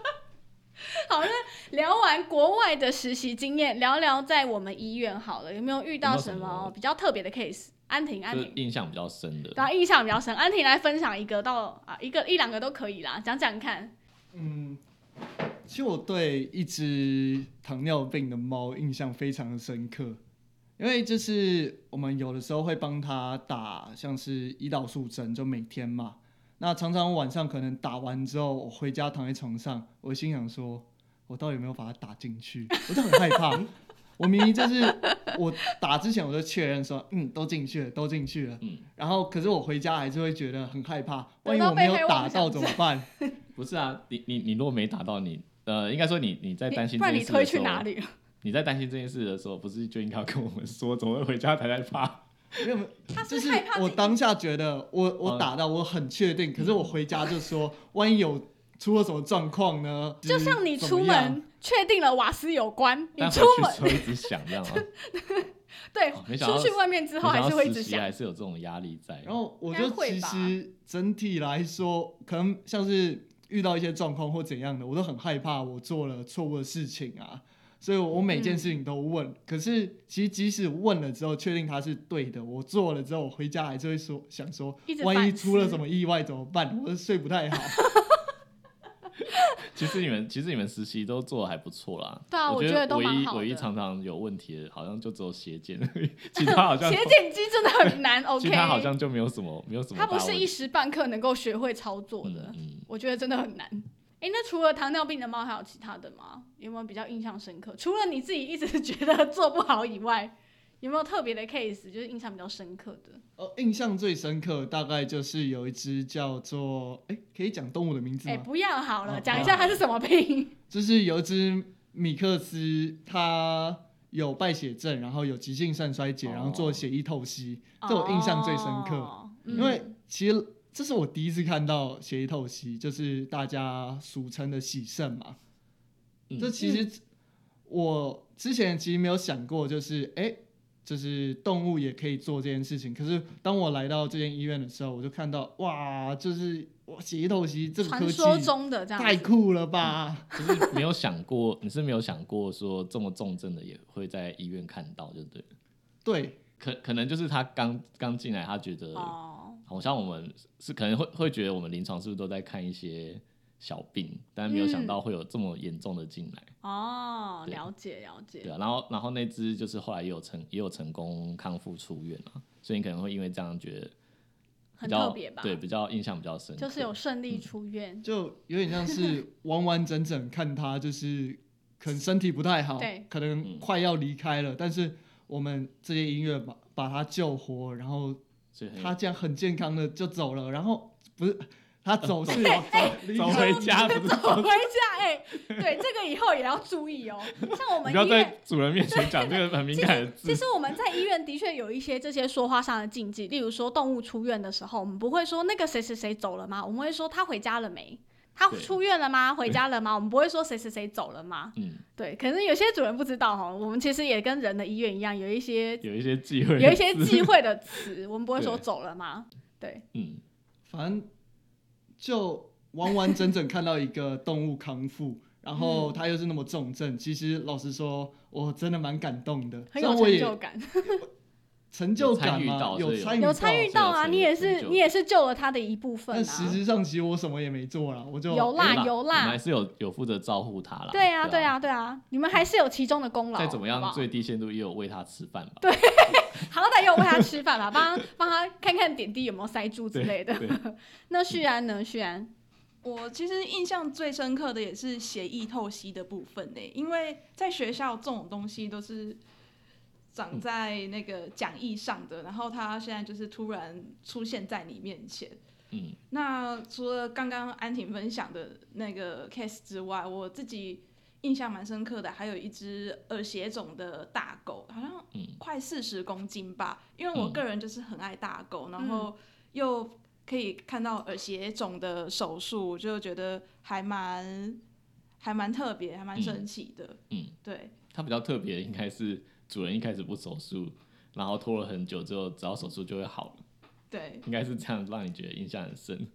S1: 好，那聊完国外的实习经验，聊聊在我们医院好了，有没有遇到
S2: 有没有
S1: 什
S2: 什
S1: 么
S2: 么
S1: 比较特别的 case？安婷，安
S2: 就
S1: 婷
S2: 是，印象比较深的。
S1: 然后印象比较深，安婷来分享一个到啊，一个一两个都可以啦，讲讲看。
S4: 嗯，其实我对一只糖尿病的猫印象非常的深刻，因为就是我们有的时候会帮它打像是胰岛素针，就每天嘛。那常常晚上可能打完之后，我回家躺在床上，我心想说，我到底有没有把它打进去？我就很害怕。 我明明就是我打之前我就确认说，嗯，都进去了，都进去了。
S2: 嗯
S4: 然后可是我回家还是会觉得很害怕，万一
S1: 得到
S4: 我没有
S1: 被害妄
S4: 打
S1: 想
S4: 到怎么办？
S2: 不是啊，你你你如果没打到你，呃，应该说你你在担
S1: 你
S2: 心
S1: 不
S2: 这
S1: 然
S2: 件
S1: 你
S2: 事的
S1: 推
S2: 时
S1: 去
S2: 候，
S1: 哪 里？
S2: 你在担心这件事的时候，不是就应该要跟我们说，怎么会回家才在怕？
S4: 没有，
S1: 他
S4: 就是
S1: 是害怕
S4: 我
S1: 自己嗯
S4: 当下觉得我我
S2: 嗯
S4: 打到我很确定，可是我回家就说，万一有出了什么状况呢？
S1: 就像你
S4: 怎
S1: 出
S4: 么样，
S1: 门确定了瓦斯有关，你
S2: 但回
S1: 出
S2: 去
S1: 门
S2: 时候一直想这样吗？
S1: 对
S2: 哦没想
S1: 出
S2: 到
S1: 去外面 之后还
S2: 没想
S1: 是
S2: 到
S1: 会一
S2: 实
S1: 直
S2: 习
S1: 想，
S2: 还是有这种压力在。
S4: 然后我
S1: 应
S4: 就
S1: 该会
S4: 其
S1: 吧
S4: 实整体来说，可能像是遇到一些状况或怎样的，我都很害怕我做了错误的事情啊。所以我每
S1: 嗯
S4: 件事情都问，可是其实即使问了之后确定它是对的，我做了之后，我回家还是会说想说
S1: 一直，
S4: 万一
S1: 反
S4: 出了
S1: 思
S4: 什么意外怎么办？我睡 不太好。
S2: 其实你们其实你们实习都做的还不错啦。
S1: 对啊
S2: 我
S1: 我觉得
S2: 得
S1: 都
S2: 唯
S1: 蛮
S2: 一
S1: 好的
S2: 唯一常常有问题的，好像就只有斜肩而已， 其他好像
S1: 斜剪机真的很难。OK，
S2: 其他好像就没有什么没有什么
S1: 它
S2: 大
S1: 不
S2: 问题。
S1: 是一时半刻能够学会操作的。
S2: 嗯嗯
S1: 我觉得真的很难。哎、那除了糖尿病的猫，还有其他的吗？有没有比较印象深刻？除了你自己一直 觉得做不好以外，有没有特别的 case 就是印象比较深刻的？
S4: 哦，印象最深刻大概就是有一只叫做哎、可以讲动物的名字
S1: 哎、
S4: 吗？
S1: 不要好了，
S4: 哦
S1: 讲、一下它是什么病。
S4: 就是有一只米克斯，它有败血症，然后有急性肾衰竭，
S2: 哦
S4: 然后做血液透析，这我印象最深刻，
S1: 哦
S4: 因为其实这是我第一次看到血液透析，就是大家俗称的洗肾嘛。
S2: 嗯
S4: 这其实我之前其实没有想过，就是哎、诶就是动物也可以做这件事情。可是当我来到这间医院的时候，我就看到哇，就是哇血液透析这个科
S1: 传
S4: 技
S1: 说中的这样
S4: 太
S1: 子。
S4: 酷了吧！
S2: 就是没有想过， 你是没有想过说这么重症的也会在医院看到，就对了。
S4: 对，
S2: 可可能就是他刚刚进来，他觉得
S1: 哦，
S2: 好像我们是可能会会觉得我们临床是不是都在看一些小病，但没有
S1: 嗯
S2: 想到会有这么严重的进来，
S1: 哦，
S2: 对
S1: 了解了解
S2: 对。啊。然后然后那只就是后来也有成也有成功康复出院嘛，所以你可能会因为这样觉得
S1: 很
S2: 比较
S1: 特别吧
S2: 对，比较印象比较深刻，
S1: 就是有顺利出院，
S4: 就有点像是完完整整看它就是可能身体不太好
S1: 对，
S4: 可能快要离开了，但是我们这些音乐把把他救活，然后
S2: 所以很
S4: 他这样很健康的就走了，然后不是他 走是往离
S2: 走
S4: 开
S2: 回家不是？
S1: 走回家，哎、对这个以后也要注意 哦。像我们
S2: 你不要
S1: 医院，
S2: 在主人面前讲这个很敏感的
S1: 其
S2: 字。
S1: 实我们在医院的确有一些这些说话上的禁忌，例如说动物出院的时候，我们不会说那个谁谁谁走了吗？我们会说他回家了没？他
S2: 对
S1: 出院了吗？回家了吗？我们不会说谁谁谁走了吗？
S2: 嗯，
S1: 对，可能有些主人不知道哈，我们其实也跟人的医院一样，有一些
S2: 有一些忌 讳，
S1: 有一些忌讳的词，我们不会说
S2: 对
S1: 走了吗？对，
S2: 嗯，
S4: 反正就完完整整看到一个动物康复，然后
S1: 嗯
S4: 它又是那么重症，其实老实说，我真的蛮感动的。
S1: 很
S4: 虽
S1: 有
S4: 然我
S1: 成
S4: 也
S1: 就感。
S4: 成就感嘛，
S2: 有参与到
S4: 参与
S1: 有参与到啊，
S2: 是有
S1: 你也
S2: 成
S1: 是
S2: 就
S1: 你也是救了他的一部分
S4: 但
S1: 啊。
S4: 实质上其实我什么也没做啦，我就
S1: 有啦
S2: 啦
S1: 有
S2: 我们
S1: 啦
S2: 还是有有负责照顾他啦。嗯
S1: 对啊，对，啊，对啊，你们还是有其中的功劳。
S2: 再怎么
S1: 好
S2: 样，
S1: 不好
S2: 最低限度也有喂他吃饭吧。
S1: 好歹也有喂他吃 饭吧，帮他帮他看看点滴有没有塞住之
S2: 对
S1: 类的。
S2: 对，
S1: 那旭安呢？旭安，
S3: 我其实印象最深刻的也是协议透析的部分呢、因为在学校这种东西都是长在那个讲义上的，然后他现在就是突然出现在你面前。
S2: 嗯，
S3: 那除了刚刚安婷分享的那个 case 之外，我自己印象蛮深刻的，还有一只耳血肿的大狗，好像
S2: 嗯
S3: 快四十公斤吧。因为我
S2: 嗯
S3: 个人就是很爱大狗，然后又可以看到耳血肿的手术，我就觉得还蛮还蛮特别，还蛮神奇的。
S2: 嗯，
S3: 对，
S2: 他比较特别，应该是主人一开始不手术，然后拖了很久之后，只要手术就会好了，
S3: 对，
S2: 应该是这样让你觉得印象很深。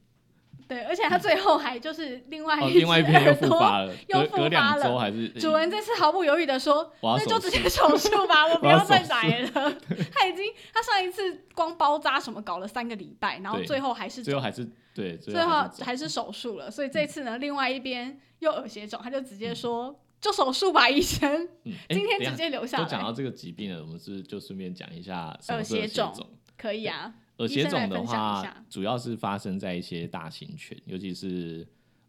S1: 对，而且他最后还就是另外
S2: 哦，
S1: 一只
S2: 另外一篇又
S1: 耳
S2: 复
S1: 朵
S2: 发了，
S1: 又
S2: 隔
S1: 复
S2: 隔
S1: 发
S2: 两
S1: 了
S2: 周还是
S1: 主人这次毫不犹豫的说：“
S2: 我要
S1: 那就
S2: 手
S1: 直接手术 吧，我不
S2: 我要
S1: 要再
S2: 手术
S1: 来了。” 他已经，他上一次光包扎什么搞了三个礼拜，然后
S2: 对
S1: 最后还是
S2: 最后还是对，
S1: 最后
S2: 还是走
S1: 还是手术了，所以这次呢，另外一边又耳血肿，他就直接说、就手术吧，医生，
S2: 嗯，诶
S1: 今天
S2: 等
S1: 直
S2: 一下
S1: 接留下
S2: 都讲
S1: 来，
S2: 到这个疾病了，我们是就顺便讲一下什么是
S1: 耳血
S2: 耳血
S1: 肿
S2: 肿。
S1: 可以啊，
S2: 耳
S1: 医生来
S2: 血肿的
S1: 分享一下
S2: 话，主要是发生在一些大型犬，尤其是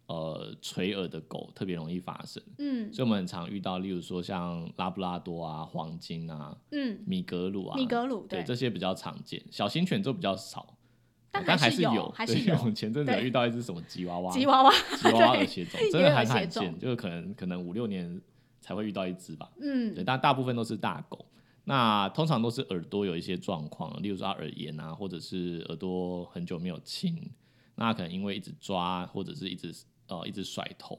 S2: 呃垂耳的狗特别容易发生，
S1: 嗯
S2: 所以我们很常遇到，例如说像拉布拉多啊、黄金啊、
S1: 嗯，
S2: 米格鲁啊，
S1: 尼格鲁
S2: 对
S1: 对，
S2: 这些比较常见，小型犬就比较少，
S1: 但
S2: 呃但
S1: 还是
S2: 是
S1: 有
S2: 有，
S1: 还是
S2: 对
S1: 有
S2: 我们前阵子有
S1: 对
S2: 遇到一只什么吉娃娃，
S1: 吉娃娃，
S2: 吉 娃娃耳血肿真
S1: 也
S2: 的很
S1: 有耳血
S2: 罕
S1: 肿
S2: 见，就是可能可能五六年才会遇到一只吧。对，
S1: 嗯
S2: 但大部分都是大狗。那通常都是耳朵有一些状况，例如说它耳炎啊，或者是耳朵很久没有清，那可能因为一直抓或者是一直呃一直甩头，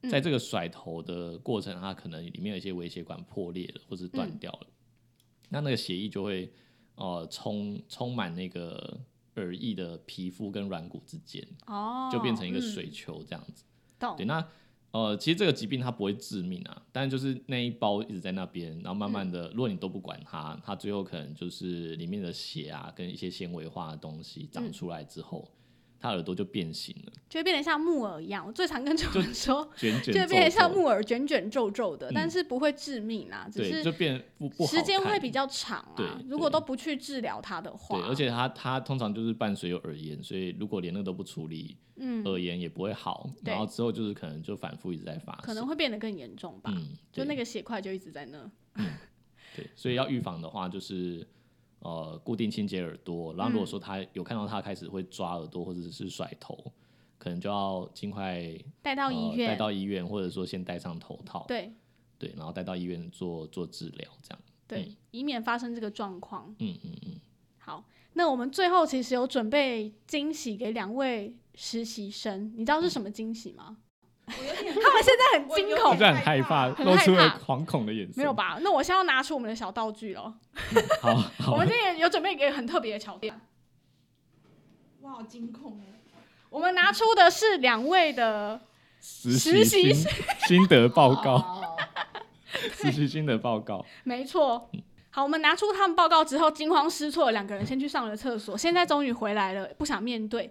S1: 嗯
S2: 在这个甩头的过程，它可能里面有一些微血管破裂了，或是断
S1: 嗯
S2: 掉了，那那个血液就会呃充充满那个耳翼的皮肤跟软骨之间，
S1: 哦，
S2: 就变成一个
S1: 嗯
S2: 水球这样子。对，
S1: 洞，
S2: 那呃，其实这个疾病它不会致命啊，但就是那一包一直在那边，然后
S1: 嗯
S2: 慢慢的，如果你都不管它，它最后可能就是里面的血啊，跟一些纤维化的东西
S1: 嗯
S2: 长出来之后，它耳朵就变形了，
S1: 就会变得像木耳一样。我最常跟主人说，
S2: 卷
S1: 就
S2: 卷
S1: 会变得
S2: 皱
S1: 像
S2: 皱
S1: 木耳卷卷皱皱的，
S2: 嗯
S1: 但是不会致命啊，只
S2: 对，
S1: 是
S2: 就变不不好
S1: 时间会
S2: 看
S1: 比较长啊。
S2: 对
S1: 如果
S2: 对
S1: 都不去治疗它的话，
S2: 对，而且它它通常就是伴随有耳炎，所以如果连那个都不处理，
S1: 嗯，
S2: 耳炎也不会好，
S1: 对
S2: 然后之后就是可能就反复一直在发生，
S1: 可能会变得更严重吧。
S2: 嗯，
S1: 就
S2: 对
S1: 那个血块就一直在那。
S2: 对，所以要预防的话，就是呃固定清洁耳朵。
S1: 嗯
S2: 然后如果说他有看到他开始会抓耳朵或者是甩头，可能就要尽快
S1: 带到医
S2: 呃、带
S1: 院，
S2: 到医院，或者说先戴上头套，
S1: 对
S2: 对然后带到医院做做治疗，这样。
S1: 对，
S2: 嗯
S1: 以免发生这个状况。
S2: 嗯嗯嗯，
S1: 好，那我们最后其实有准备惊喜给两位实习生，你知
S2: 嗯
S1: 道是什么惊喜吗？
S3: 我有 点
S1: 他们现在很惊
S3: 我
S2: 我
S1: 恐
S3: 有
S2: 是，
S3: 点
S2: 很害怕，
S1: 很
S2: 露
S1: 害
S2: 出了
S1: 怕
S2: 惶恐的眼神。
S1: 没有？吧？那我现在要拿出我们的小道具了。
S2: 好，
S1: 我
S2: 好
S1: 们，今天有准备一个很特别的桥段，
S3: 哇，好惊恐哦！
S1: 我们拿出的是两位的，
S2: 实
S1: 实习哦
S2: 习心心得报告，
S4: 啊
S2: 实习心得报告。
S1: 没错。好，我们拿出他们报告之后，惊慌失措，两个人先去上了厕所，现在终于回来了，不想面对。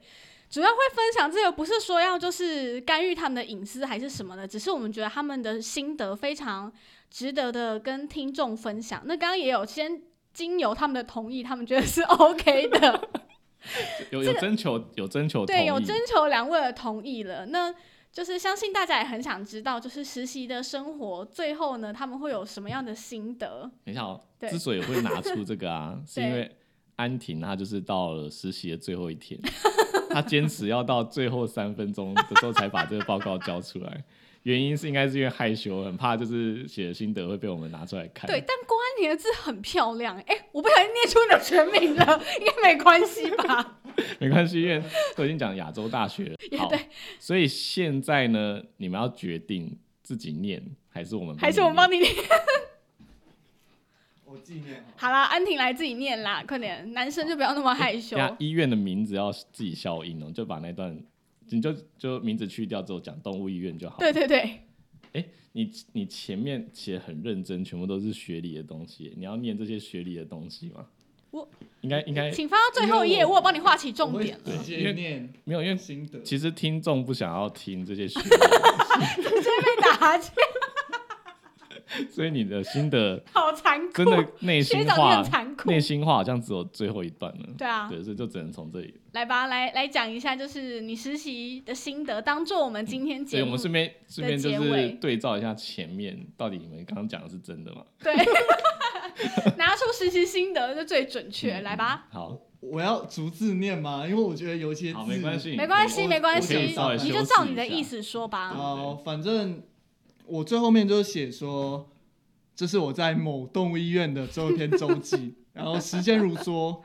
S1: 主要会分享这个，不是说要就是干预他们的隐私还是什么的，只是我们觉得他们的心得非常值得的跟听众分享。那刚刚也有先经由他们的同意，他们觉得是 OK 的，
S2: 有有征求有征求
S1: 对，
S2: 同
S1: 有
S2: 意
S1: 征求两位的同意了。那就是相信大家也很想知道，就是实习的生活最后呢，他们会有什么样的心得？
S2: 等一下哦，
S1: 对
S2: 之所以会拿出这 个啊，是因为安婷她就是到了实习的最后一天， 她坚持要到最后三分钟的时候才把这个报告交出来。原因是应该是因为害羞，很怕就是写的心得会被我们拿出来看。
S1: 对，，但郭安婷的字很漂亮，哎、我不小心念出你的全名了，应该没关系 吧？
S2: 没关系，因为都已经讲亚洲大学了。
S1: 也
S2: 好
S1: 对，
S2: 所以现在呢，你们要决定自己念还是我们
S1: 还是我们帮
S2: 你
S1: 你念？
S4: 我纪念好。
S1: 好啦，安婷来自己念啦，快点，男生就不要那么害羞
S2: 念。等一下医院的名字要自己消音哦，就把那段你就就名字去掉之后讲动物医院就好。
S1: 对对对，
S2: 你你前面写很认真，全部都是学理的东西，你要念这些学理的东西吗？
S1: 我
S2: 应该应该
S1: 请翻到最后一页，
S4: 因为
S1: 我
S4: 我
S1: 有帮你画起重点
S4: 我会
S1: 了。
S4: 直接念
S2: 没有，因为
S4: 心得。
S2: 其实听众不想要听这些学 理，
S1: 被打架，
S2: 所以你的心得
S1: 好残酷
S2: 真，的内
S1: 学
S2: 心
S1: 长你
S2: 话
S1: 很，残酷
S2: 内。心话好像只有最后一段了。
S1: 对啊，
S2: 对，所以就只能从这里。
S1: 来吧，来来讲一下，就是你实习的心得，当做我们今天
S2: 所
S1: 节
S2: 以我
S1: 目
S2: 们顺便顺便就
S1: 结尾
S2: 是对照一下前面，到底你们刚刚讲的是真的吗？
S1: 对， 拿出实习心得就最准确。来吧，
S2: 嗯好，
S4: 我要逐字念吗？因为我觉得有一些字
S2: 好，没关。系，
S1: 没关系，
S4: 我
S1: 没关
S2: 嗯我可以
S1: 系
S2: 稍微，
S1: 你
S2: 修
S1: 就
S2: 饰
S1: 照
S2: 一
S1: 你的
S2: 下
S1: 意思说吧。
S4: 好，反正我最后面就是写说，这是我在某动物医院的最后一篇周记，然后时间如梭，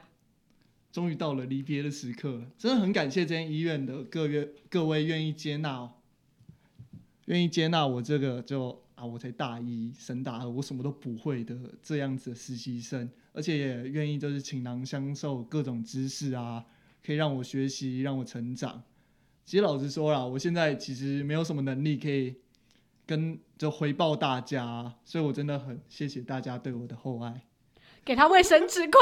S4: 终于到了离别的时刻，真的很感谢这间医院的各位各位愿意接纳哦，愿意接纳我这个就啊，我才大一升大二，我什么都不会的这样子的实习生，而且也愿意就是倾囊相授各种知识啊，可以让我学习，让我成长。其实老实说啦，我现在其实没有什么能力可以跟就回报大家，所以我真的很谢谢大家对我的厚爱。
S1: 给他卫生纸，快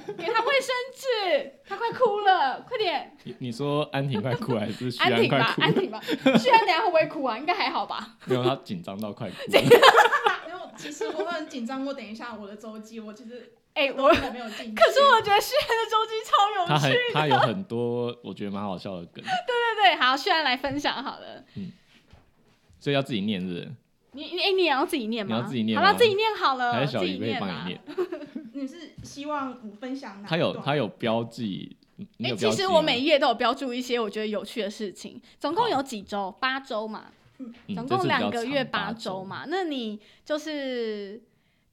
S1: 点，给他卫生纸，他快哭了，快 点，
S2: 你你说安婷快哭还 是徐
S1: 安
S2: 安
S1: 婷
S2: 快
S1: 吧，
S2: 哭？
S1: 安婷 吧，旭安等下会不会哭啊？应该还好吧。
S2: 没有，他紧张 到快哭了。
S3: 然后其实我很紧张，我等一下我的周记， 我其实
S1: 哎、
S3: 都
S1: 我
S3: 还没有进去。
S1: 可是我觉得旭安的周记超
S2: 他
S1: 有 趣
S2: 很，他有很多我觉得蛮好笑的
S1: 对
S2: 梗，
S1: 对对，好，旭安来分享好了。
S2: 所以要自己念是
S1: 你你哎、你也要自己念吗？
S2: 你要自己念
S1: 好
S2: 吗
S1: 了，自己念好
S2: 不是，还
S1: 了，
S2: 是
S1: 自
S2: 小姨
S1: 己
S2: 会
S1: 念
S2: 帮
S1: 啊
S2: 你。念？
S3: 你是希望我分享哪一段？
S2: 他有他有标记，你
S1: 哎、
S2: 有标
S1: 其
S2: 记
S1: 实
S2: 吗
S1: 我每一页都有标注一些我觉得有趣的事情，总共
S2: 好
S1: 有几周？八周嘛，
S2: 嗯
S1: 总
S2: 这次
S1: 共
S2: 比较
S1: 两个
S2: 长
S1: 月
S2: 八
S1: 周。嘛。那你就是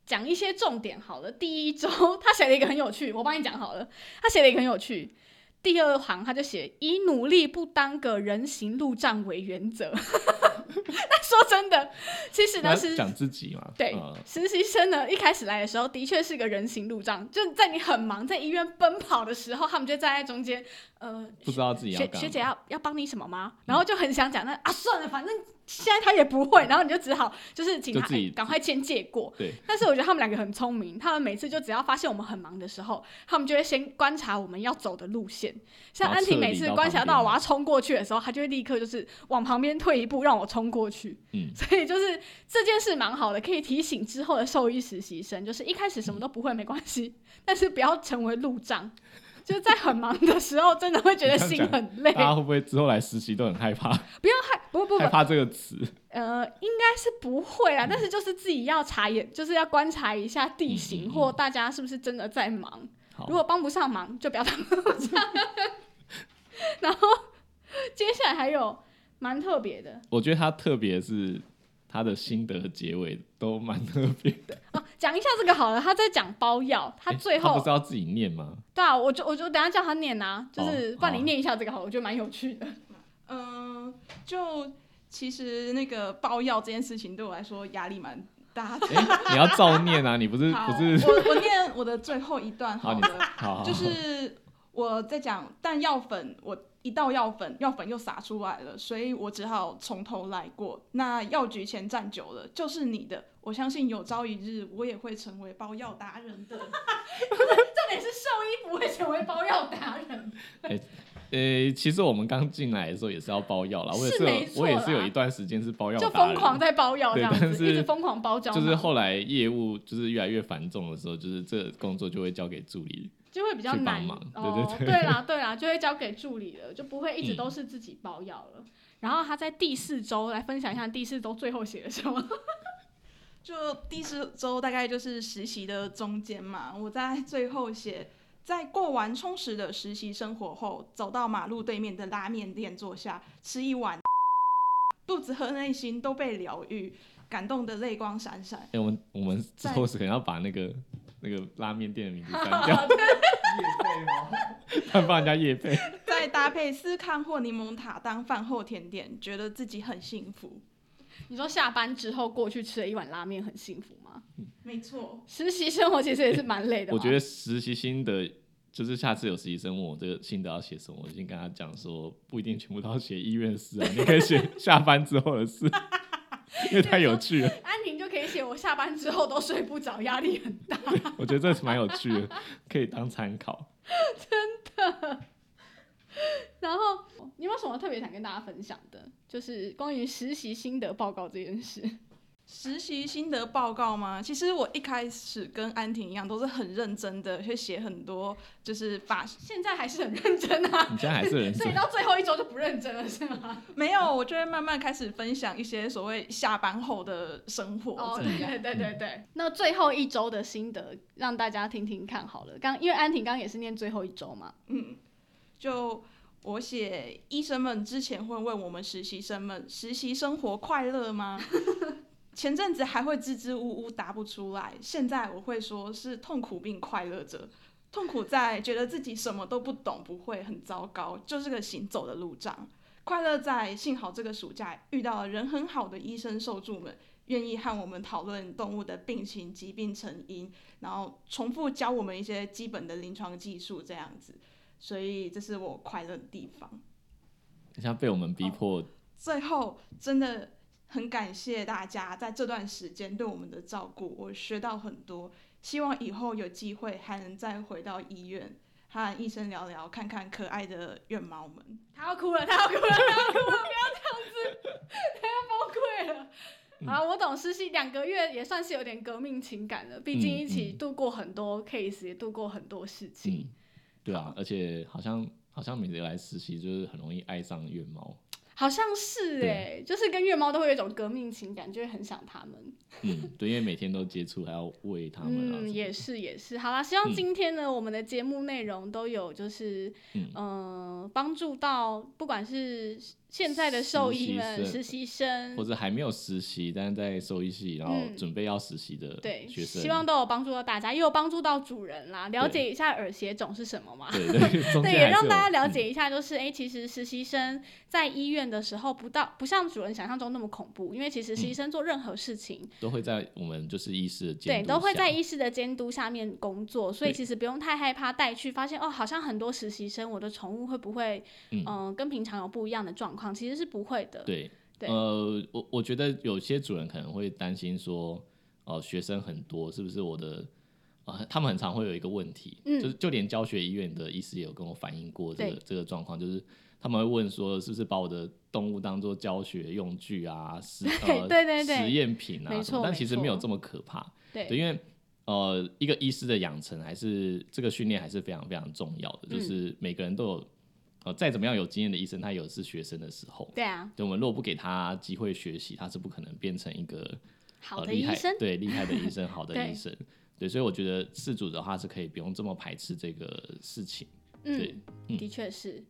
S1: 讲一些重点好了。第一周他写了一个很有趣，我帮你讲好了。他写了一个很有趣，第二行他就写以努力不当个人行路障为原则。 但说真的，其实
S2: 那
S1: 呢是
S2: 讲自己嘛？
S1: 对
S2: 嗯，
S1: 实习生呢，一开始来的时候的确是个人行路障，就在你很忙在医院奔跑的时候，他们就站在中间，呃，
S2: 不知道自己要
S1: 学
S2: 干嘛嗯
S1: 学姐要要帮你什么吗？然后就很想讲，那啊算了，反正现在他也不会，然后你就只好就是请他
S2: 就自己
S1: 哎赶、快先借过。
S2: 对，
S1: 但是我觉得他们两个很聪明，他们每次就只要发现我们很忙的时候，他们就会先观察我们要走的路线。像
S2: 然后
S1: 安婷
S2: 撤离
S1: 每次
S2: 哦到
S1: 观
S2: 旁
S1: 察
S2: 边
S1: 到我要冲过去的时候，她就会立刻就是往旁边退一步，让我冲过去。
S2: 嗯，
S1: 所以就是这件事蛮好的，可以提醒之后的兽医实习生，就是一开始
S2: 嗯
S1: 什么都不会没关系，但是不要成为路障。就是在很忙的时候，真的会觉得
S2: 你这
S1: 心
S2: 样讲
S1: 很累
S2: 大。家会不会之后来实习都很害怕，
S1: 不要害，不不不
S2: 啊 害，怕嗯这个词？
S1: 呃，应该是不会啦。但是就是自己要察言，就是要观察一下地
S2: 嗯嗯
S1: 形
S2: 嗯
S1: 或大家是不是真的在忙。
S2: 好
S1: 如，果帮不上忙，就不要当路障。 然后接下来还有蛮特别的
S2: 我觉得他特别是他的心得结尾都蛮特别。
S1: 啊，讲一下这个好了。他在讲包药，他
S2: 诶
S1: 最
S2: 他
S1: 后
S2: 不是要自己念吗？
S1: 对啊，我就我就等一下叫他念啊，就是
S2: 哦
S1: 不然你
S2: 好啊
S1: 念一下这个好了，我觉得蛮有趣的。
S3: 嗯，就其实那个爆药这件事情对我来说压力蛮大的。
S2: 你要照念啊，你不是
S3: 好，
S2: 不是？
S3: 我我念我的最后一段好
S2: 好，你
S3: 了，
S2: 好好，
S3: 就是我在讲，但药粉我一倒药粉，药粉又洒出来了，所以我只好从头来过。那药局前站久了，就是你的，我相信有朝一日我也会成为包药达人的。
S1: 重点是兽医不会成为包药达人，
S2: 呃，其实我们刚进来的时候也是要包药啦，我也
S1: 是
S2: 有
S1: 没错
S2: 我也
S1: 啦
S2: 是有一段时间是包药
S1: 就
S2: 达
S1: 疯
S2: 人，
S1: 狂在包药这
S2: 对
S1: 样
S2: 但
S1: 子，
S2: 是
S1: 一直疯狂包胶
S2: 就是
S1: 囊
S2: 后来业务就是越来越繁重的时候，就是这个工作就会交给助理。
S1: 就会比较
S2: 去帮
S1: 难
S2: 忙
S1: 哦。
S2: 对对嗯
S1: 对啦对啦，就会交给助理了，就不会一直都是自己包药了。然后他在第四周来分享一下第四周最后写了什么。
S3: 就第四周大概就是实习的中间嘛，我在最后写，在过完充实的实习生活后，走到马路对面的拉面店坐下，吃一碗，肚子和内心都被疗愈，感动的泪光闪闪。
S2: 哎、我们我们之后可能要把那个那个拉面店的名 字删掉，
S4: 配吗？
S2: 怕帮人家夜配。
S3: 再搭配司康或柠檬塔当饭后甜点，觉得自己很幸福。
S1: 你说下班之后过去吃了一碗拉面很幸福吗？
S3: 没错，
S1: 实习生活其实也是蛮累的嘛、
S2: 我觉得实习心得就是下次有实习生问我这个心得要写什么，我就先跟他讲说，不一定全部都要写医院的事啊，你可以写 下班之后的事， 因为太有趣了，
S1: 安宁就可以写我下班之后都睡不着，压力很大。
S2: 我觉得这是蛮有趣的，可以当参考。
S1: 然后 你有没有什么特别想跟大家分享的？就是关于实习心得报告这件事。
S3: 实习心得报告吗？其实我一开始跟安婷一样，都是很认真的去写很多，就是把
S1: 现在还是很认真啊，
S2: 你现在还是人
S1: 所以
S2: 生，
S1: 到最后一周就不认真了，是吗？
S3: 没有，我就会慢慢开始分享一些所谓下班后的生活。
S1: 哦，
S3: 这
S1: 对
S3: 样
S1: 对对对对。那最后一周的心得，让大家听听看好了。刚因为安婷刚刚也是念最后一周 嘛，
S3: 嗯，就我写医生们之前会问我们实习生们，实习生活快乐吗？ 前阵子还会支支吾吾答不出来，现在我会说是痛苦并快乐着。痛苦在觉得自己什么都不懂、不会，很糟糕，就是个行走的路障；快乐在幸好这个暑假遇到了人很好的医生受助们，愿意和我们讨论动物的病情、疾病成因，然后重复教我们一些基本的临床技术，这样子。所以这是我快乐的地方。
S2: 像被我们
S1: 哦
S2: 逼迫，
S3: 最后，真的很感谢大家在这段时间对我们的照顾，我学到很多。希望以后有机会还能再回到医院，和医生聊聊，看看可爱的院猫们。
S1: 她要哭了，她要哭了，她要哭了， 不要这样子，她要崩溃了。啊，我懂，实习两个月也算是有点革命情感了，毕竟一起度过很多 case，、也度过很多事情。
S2: 嗯，对啊，而且好像好像每次来实习就是很容易爱上月 猫，
S1: 好像是
S2: 对
S1: 哎、就是跟月猫都会有一种革命情感，就会很想他们。
S2: 嗯，对，因为每天都接触，还要喂它们啊什么的，
S1: 嗯，也是也是。好啦，希望
S2: 嗯
S1: 今天呢，我们的节目内容都有就是
S2: 嗯
S1: 嗯帮、助到不管是现在的兽医们、实
S2: 实
S1: 习生
S2: 或，者还没有实习，但是在兽医系，然后
S1: 嗯
S2: 准备要实习的
S1: 对，
S2: 学生，
S1: 希望都有帮助到大家，也有帮助到主人啦，了解一下耳血肿是什么嘛。
S2: 对对，中
S1: 对，
S2: 间
S1: 也
S2: 还
S1: 让
S2: 是有
S1: 大家了
S2: 嗯
S1: 解一下，就是哎、诶其实实习生在医院的时候，不到不像主人想象中那么恐怖，因为其实
S2: 嗯
S1: 实习生做任何事情，
S2: 都会在我们就是医师的监
S1: 对，
S2: 督
S1: 都会
S2: 下
S1: 在医师的监督下面工作，所以
S2: 对
S1: 其实不用太害怕带去，发现哦，好像很多实习生我的宠物会不会，嗯、
S2: 嗯
S1: 跟平常有不一样的状况，其实是不会的。
S2: 对
S1: 对
S2: 呃，我我觉得有些主人可能会担心说，呃，学生很多，是不是我的？呃，他们很常会有一个问题，
S1: 嗯
S2: 就是就连教学医院的医师也有跟我反映过这个
S1: 对
S2: 这个状况，就是他们会问说，是不是把我的动物当做教学用具啊，实呃
S1: 对 对对
S2: 实验品啊
S1: 没
S2: 什么
S1: 错
S2: 但
S1: 没
S2: 其实没有
S1: 错
S2: 这么可怕，
S1: 对
S2: 对，因为呃，一个医师的养成还是这个训练还是非常非常重要的，
S1: 嗯
S2: 就是每个人都有，呃，再怎么样有经验的医生，他有是学生的时候，
S1: 对啊，
S2: 对，我们若不给他机会学习，他是不可能变成一个
S1: 好
S2: 呃
S1: 的
S2: 厉害
S1: 医生，
S2: 对厉害的医生，好 的
S1: 对
S2: 医生，对，所以我觉得事主的话是可以不用这么排斥这个事情，对
S1: 嗯，的确是。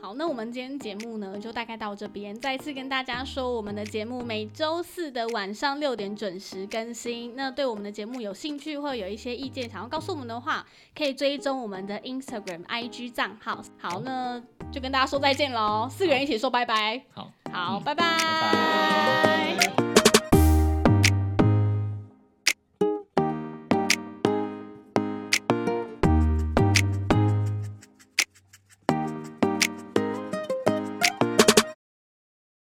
S1: 好，那我们今天节目呢，就大概到这边。再次跟大家说，我们的节目每周四的晚上六点准时更新。那对我们的节目有兴趣或有一些意见想要告诉我们的话，可以追踪我们的 Instagram、IG 账号。好，那就跟大家说再见喽，四个人一起说拜拜。
S2: 好，
S1: 好，
S2: 嗯
S1: 拜拜
S2: 拜拜